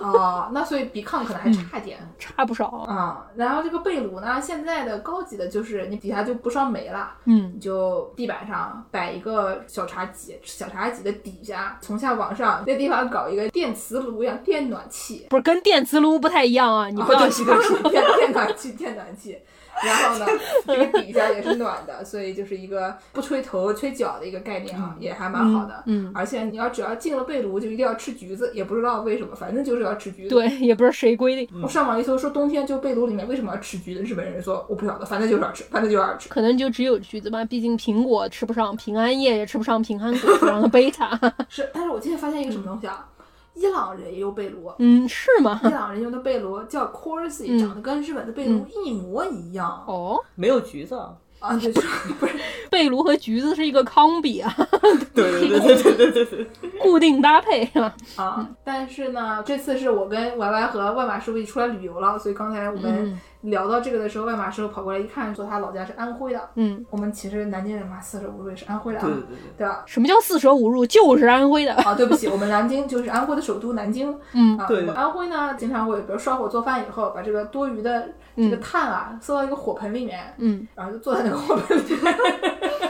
A: 啊、那所以比炕可能还
C: 嗯
A: 差点。
C: 差不少。
A: 啊、然后这个被炉呢，现在的高级的就是你底下就不烧煤了，
C: 嗯
A: 你就地板上摆一个小茶几，小茶几的底下从下往上那地方搞一个电磁炉一样电暖气，
C: 不是跟电磁炉不太一样啊，你
A: 哦
C: 不要
A: 对不起对不起 电电暖气电暖气，然后呢，这个底下也是暖的，所以就是一个不吹头吹脚的一个概念啊，也还蛮好的。
C: 嗯嗯
A: 而且你要只要进了被炉，就一定要吃橘子，也不知道为什么，反正就是要吃橘子。
C: 对，也不是谁规定。
A: 我上网一搜，说冬天就被炉里面为什么要吃橘子？日本人说我不晓得，反正就是要吃，反正就是要吃。
C: 可能就只有橘子吧，毕竟苹果吃不上，平安夜也吃不上平安果，然后 贝塔，
A: 是，但是我今天发现一个什么东西啊，伊朗人也有被炉，
C: 嗯，是吗？
A: 伊朗人用的被炉叫 corsi，、
C: 嗯
A: 长得跟日本的被炉一模一样、
C: 哦，
B: 没有橘子啊。
A: 啊， 对，就是不是
C: 贝卢和橘子是一个康比啊，
B: 对对对对对对对对。
C: 固定搭配啊。
A: 啊，但是呢，这次是我跟 Y Y 和万马师傅一起出来旅游了，所以刚才我们
C: 嗯
A: 聊到这个的时候，万马师傅跑过来一看，说他老家是安徽的。
C: 嗯，
A: 我们其实南京人嘛，四舍五入也是安徽的啊
B: 对，对对
A: 对吧？
C: 什么叫四舍五入？就是安徽的。
A: 啊，对不起，我们南京就是安徽的首都南京。
C: 嗯
A: 啊，
B: 对
A: 我们安徽呢，经常会比如烧火做饭以后，把这个多余的这个炭啊，塞到一个火盆里面，
C: 嗯，
A: 然后就坐在那个火盆里面，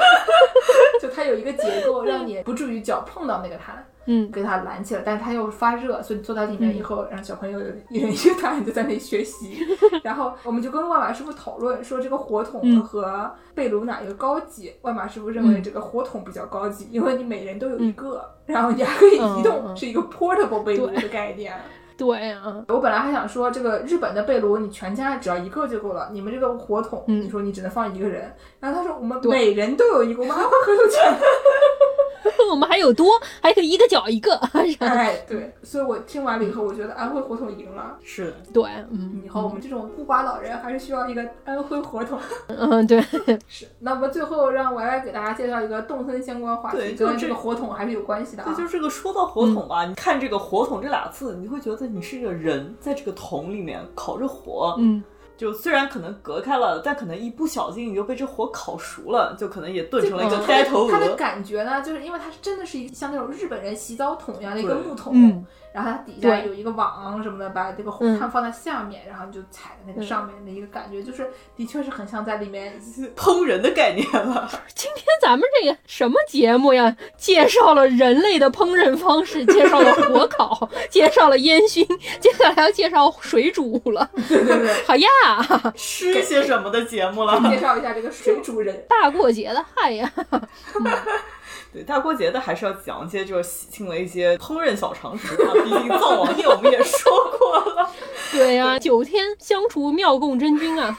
A: 就它有一个结构，让你不至于脚碰到那个炭，
C: 嗯，
A: 给它拦起来，但是它又发热，所以你坐在里面以后，让小朋友一人一个炭就在那里学习。 然后我们就跟万马师傅讨论说，这个火筒
C: 嗯
A: 和被炉哪一个高级？万马师傅认为
C: 嗯
A: 这个火筒比较高级，因为你每人都有一个，然后你还可以移动，
C: 嗯嗯
A: 是一个 portable 被炉的概念。
C: 对啊，
A: 我本来还想说，这个日本的被炉，你全家只要一个就够了。你们这个火筒，
C: 嗯
A: 你说你只能放一个人。然后他说，我们
C: 对
A: 每人都有一个，我们还会很有钱。
C: 我们还有多，还可以一个脚一个。
A: 哎，对，所以我听完了以后，我觉得安徽火筒赢了。
B: 是的，
C: 对，嗯
A: 以后我们这种孤寡老人还是需要一个安徽 火筒。
C: 嗯，对，
A: 是，那么最后让 Y Y 给大家介绍一个动森相关话题，
B: 对
A: 跟
B: 就
A: 这
B: 这
A: 个火筒还是有关系的
B: 对，
A: 啊。
B: 就是这个说到火筒吧，你看这个火筒这俩字，你会觉得你是个人在这个桶里面烤着火，
C: 嗯，
B: 就虽然可能隔开了，但可能一不小心你就被这火烤熟了，就可能也炖成了一个呆头
A: 它的
B: 鹅。
A: 感觉呢，就是因为它是真的是一个像那种日本人洗澡桶一样的一个
B: 对
A: 木桶，
C: 嗯
A: 然后它底下
C: 对嗯
A: 有一个网什么的，把这个红炭放在下面，然后你就踩在那个上面的一个感觉，就是的确是很像在里面。
B: 烹人的概念了，
C: 今天咱们这个什么节目呀？介绍了人类的烹饪方式，介绍了火烤， 介绍了烟熏，接下来要介绍水煮了。
A: 对对对，
C: 哎好呀，
B: 吃些什么的节目了。
A: 介绍一下这个水煮人。
C: 大过节的，嗨呀！
B: 对，大过节的还是要讲一些就是喜庆的一些烹饪小常识啊，毕竟灶王爷我们也说过 了。
C: 对呀、九天相除妙供真君啊！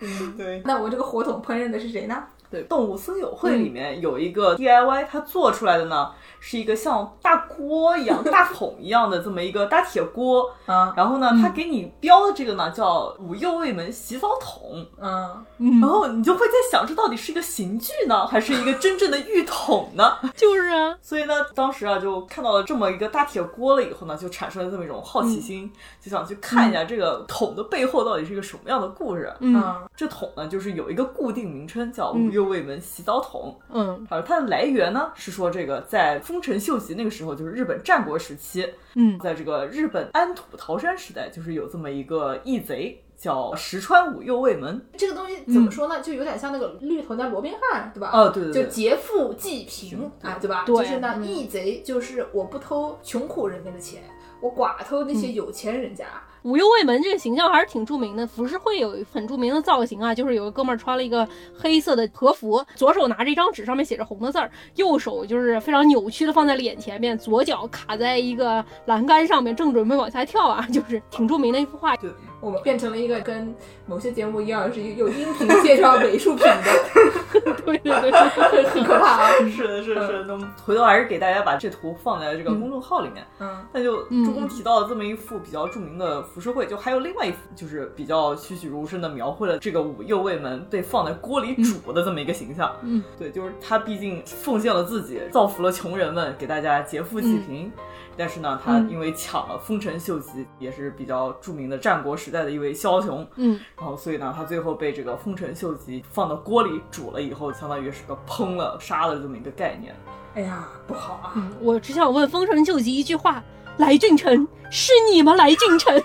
B: 嗯，对。
A: 那我们这个火筒烹饪的是谁呢？
B: 对，动物森友会里面有一个 DIY，它做出来的呢是一个像大锅一样、大桶一样的这么一个大铁锅，
A: 啊，
B: 然后呢，它给你标的这个呢叫“五右卫门洗澡桶
A: 嗯，”，
B: 然
C: 嗯，
B: 后你就会在想，这到底是一个刑具呢，还是一个真正的浴桶呢？
C: 就是啊，
B: 所以呢，当时啊就看到了这么一个大铁锅了以后呢，就产生了这么一种好奇心，就想去看一下这个桶的背后到底是一个什么样的故事。
C: 嗯
A: 嗯
B: 这桶呢，就是有一个固定名称叫“
C: 嗯
B: 五右卫门洗澡桶”。
C: 嗯
B: 好，它的来源呢是说这个在丰臣秀吉那个时候，就是日本战国时期，
C: 嗯
B: 在这个日本安土桃山时代，就是有这么一个义贼叫石川武右卫门。
A: 这个东西怎么说呢？就有点像那个绿头那罗宾汉，对吧？
B: 哦，对对
A: 就
B: 对，
A: 劫富济贫
B: 对
A: 啊，对吧？
C: 对
A: 就是呢，
C: 嗯
A: 义贼就是我不偷穷苦人民的钱，我寡偷那些有钱人家。
B: 嗯
C: 五右卫门这个形象还是挺著名的，浮世绘有很著名的造型啊，就是有个哥们儿穿了一个黑色的和服，左手拿着一张纸，上面写着红的字儿，右手就是非常扭曲的放在脸前面，左脚卡在一个栏杆上面，正准备往下跳啊， 就是挺著名的一幅画。
B: 对
A: 我们变成了一个跟某些节目一样，是一个有音频介绍美术品的，
C: 对对对对，
A: 很可怕啊。
B: 是的，是的，是
C: 嗯
B: 的。那么回头还是给大家把这图放在这个公众号里面。
A: 嗯，
B: 那就
C: 嗯
B: 朱公提到了这么一幅比较著名的浮世绘，就还有另外一幅就是比较栩栩如生的描绘了这个武右卫门被放在锅里煮的这么一个形象。
C: 嗯，
B: 对，就是他毕竟奉献了自己，造福了穷人们，给大家劫富济贫。但是呢，他
C: 嗯
B: 因为抢了丰臣秀吉，也是比较著名的战国时代的一位枭雄，
C: 嗯，
B: 然后所以呢，他最后被这个丰臣秀吉放到锅里煮了以后，相当于是个烹了、杀了这么一个概念。
A: 哎呀，不好啊。
C: 嗯，我只想问丰臣秀吉一句话：来俊臣，是你吗？来俊臣，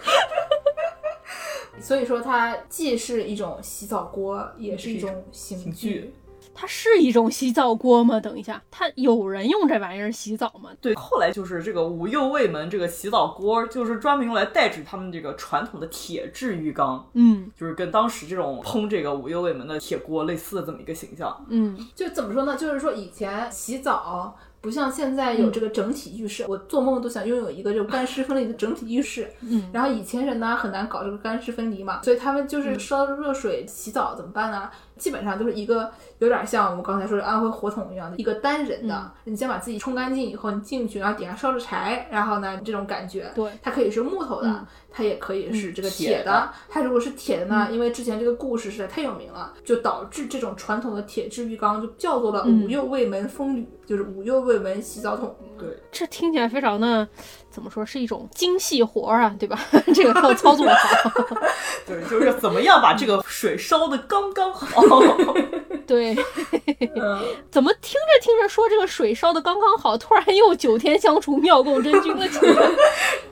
A: 所以说，它既是一种洗澡锅，也是一种刑
B: 刑具
A: 具。
C: 它是一种洗澡锅吗？等一下，它有人用这玩意儿洗澡吗？
B: 对，后来就是这个武右卫门这个洗澡锅，就是专门用来代指他们这个传统的铁制浴缸，
C: 嗯
B: 就是跟当时这种烹这个武右卫门的铁锅类似的这么一个形象。
C: 嗯
A: 就怎么说呢？就是说以前洗澡不像现在有这个整体浴室，我做梦都想拥有一个这种干湿分离的整体浴室。
C: 嗯，
A: 然后以前人呢很难搞这个干湿分离嘛，所以他们就是烧热水洗澡怎么办呢？基本上就是一个有点像我们刚才说的安徽火筒一样的一个单人的，你先把自己冲干净以后，你进去然后底下烧着柴，然后呢这种感觉，
C: 对
A: 它可以是木头的，
C: 嗯
A: 它也可以是这个
B: 铁
A: 铁
B: 的
A: 的。它如果是铁的呢，因为之前这个故事实在太有名了，就导致这种传统的铁制浴缸就叫做了
C: 嗯
A: 五右卫门风吕，就是五右卫门洗澡桶。
B: 对，
C: 这听起来非常的，怎么说是一种精细活儿啊，对吧？ 这个操操作好，
B: 对，就是怎么样把这个水烧的刚刚好。
C: 对，
A: 嗯，
C: 怎么听着听着说这个水烧的刚刚好，突然又九天相除妙供真君了起 来，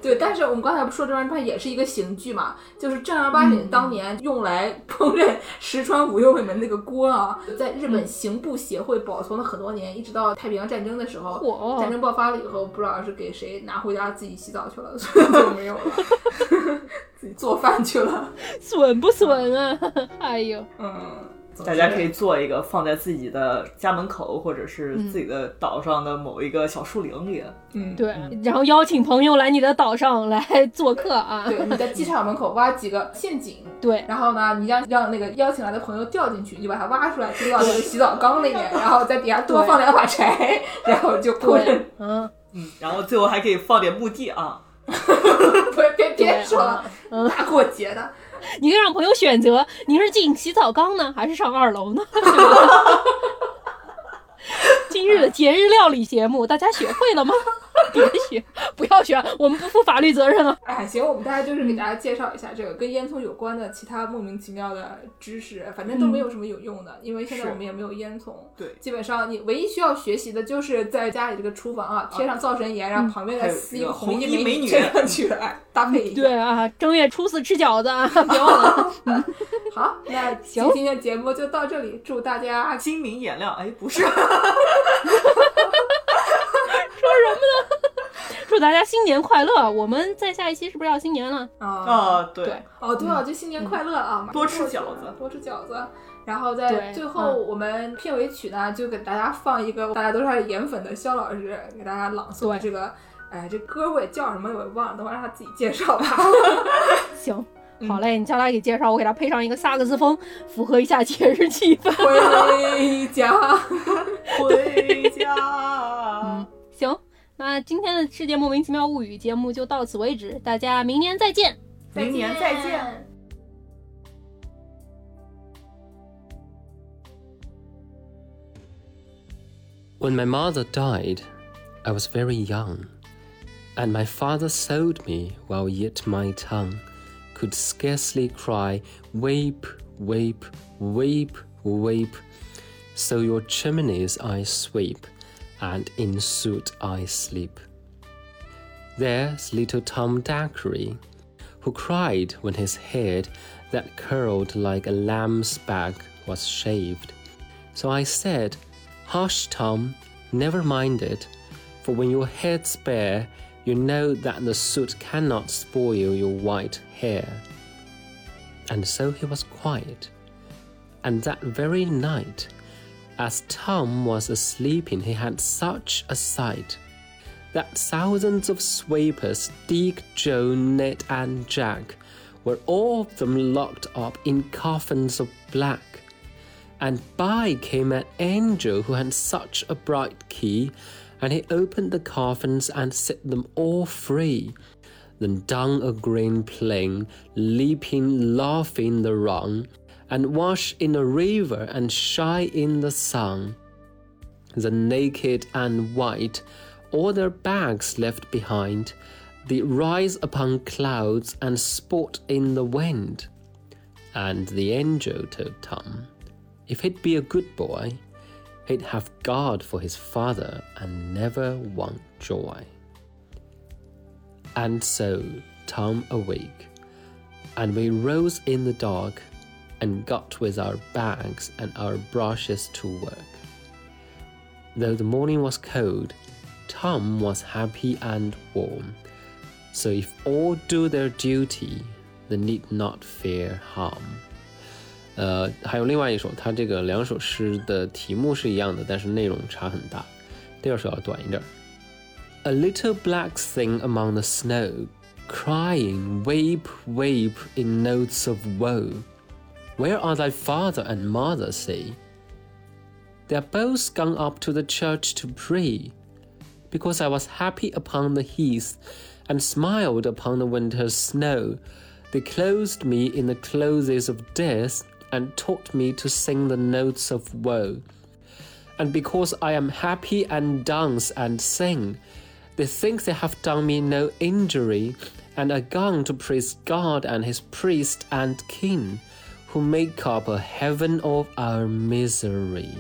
A: 对，但是我们刚才不说这玩意儿，它也是一个刑具嘛，就是正儿八经当年用来烹饪石川五右卫门那个锅啊，在日本刑部协会保存了很多年，一直到太平洋战争的时候，
C: 嚯
A: 战争爆发了以后，不知道是给谁拿回家自己洗澡去了，所以就没有了， 自己做饭去了。
C: 损不损啊？ 哎呦，
A: 嗯，总
B: 大家
A: 之
B: 可以做一个放在自己的家门口或者是自己的岛上的某一个小树林里。
A: 嗯。
C: 对，然后邀请朋友来你的岛上来做客啊，
A: 对，你在机场门口挖几个陷阱，
C: 对，
A: 然后呢，你让让那个邀请来的朋友掉进去，你把它挖出来丢到那个洗澡缸里面，然后在底下多放两把柴，然后就泼人。
C: 对， 嗯，
B: 嗯，然后最后还可以放点墓地啊。
A: 别别别
C: 对
A: 说了， 大过节的，
C: 你可以让朋友选择，你是进洗澡缸呢，还是上二楼呢？ 今日的节日料理节目，大家学会了吗？ 别学，不要学，我们不负法律责 任啊！
A: 哎，行，我们大家就是给大家介绍一下这个跟烟囱有关的其他莫名其妙的知识，反正都没有什么有用的，因为现在
B: 是
A: 我们也没有烟囱。
B: 对
A: 基本上你唯一需要学习的就是在家里这个厨房啊，贴上造神爷，然后旁边再撕一个
B: 还有
A: 红
B: 这个
A: 衣
B: 红衣美女
A: 贴上去，哎，搭配一下。
C: 对啊，正月初四吃饺子啊，别忘了。
A: 好，那
C: 行
A: 今天的节目就到这里，祝大家
B: 金明眼亮，哎，不是，
C: 祝大家新年快乐！我们在下一期是不是要新年了？
A: 啊
B: 啊，对，
C: 对
A: 哦对啊，就新年快乐啊！
B: 嗯多吃饺子嗯
A: 多吃饺子。
D: 然后在
C: 对
D: 最后我们片尾曲呢，就给大家放一个大家都是颜粉的肖老师给大家朗诵
C: 对
D: 这个，哎，这歌我也叫什么我也忘了，等会儿让他自己介绍吧。
C: 行。好嘞，你叫他给介绍，我给他配上一个萨克斯风，符合一下节日气氛。
D: 回家，
B: 回
A: 嗯
B: 家。
C: 行，那今天的《世界莫名其妙物语》节目就到此为止，大家明年再见。
A: 明年再见。。
E: When my mother died, I was very young, and my father sold me while yet my tongue could scarcely cry, Weep, weep, weep, weep. So your chimneys I sweep, and in soot I sleep. There's little Tom Dackery, who cried when his head that curled like a lamb's back was shaved. So I said, Hush, Tom, never mind it, for when your head's bare, you know that the soot cannot spoil your white hair. And so he was quiet. And that very night, as Tom was a sleeping, he had such a sight that thousands of sweepers, Dick, Joe, Ned, and Jack, were all of them locked up in coffins of black and by came an angel who had such a bright key, and he opened the coffins and set them all free. Then down a green plain, leaping, laughing the wrong, and wash in a river and shine in the sun. The naked and white, all their bags left behind, they rise upon clouds and sport in the wind. And the angel told Tom, if he'd be a good boy, he'd have God for his father and never want joy. And so Tom awake, and we rose in the dark and got with our bags and our brushes to work. Though the morning was cold, Tom was happy and warm. So if all do their duty, they need not fear harm. 呃，还有另外一首，它这个两首诗的题目是一样的，但是内容差很大。第二首要短一点儿。A little black thing among the snow, crying, weep, weep in notes of woe. Where are thy father and mother? Say, they are both gone up to the church to pray, because I was happy upon the heath, and smiled upon the winter's snow. They clothed me in the clothes of death and taught me to sing the notes of woe. And because I am happy and dance and sing, they think they have done me no injury and are gone to praise God and his priest and king, who make up a heaven of our misery.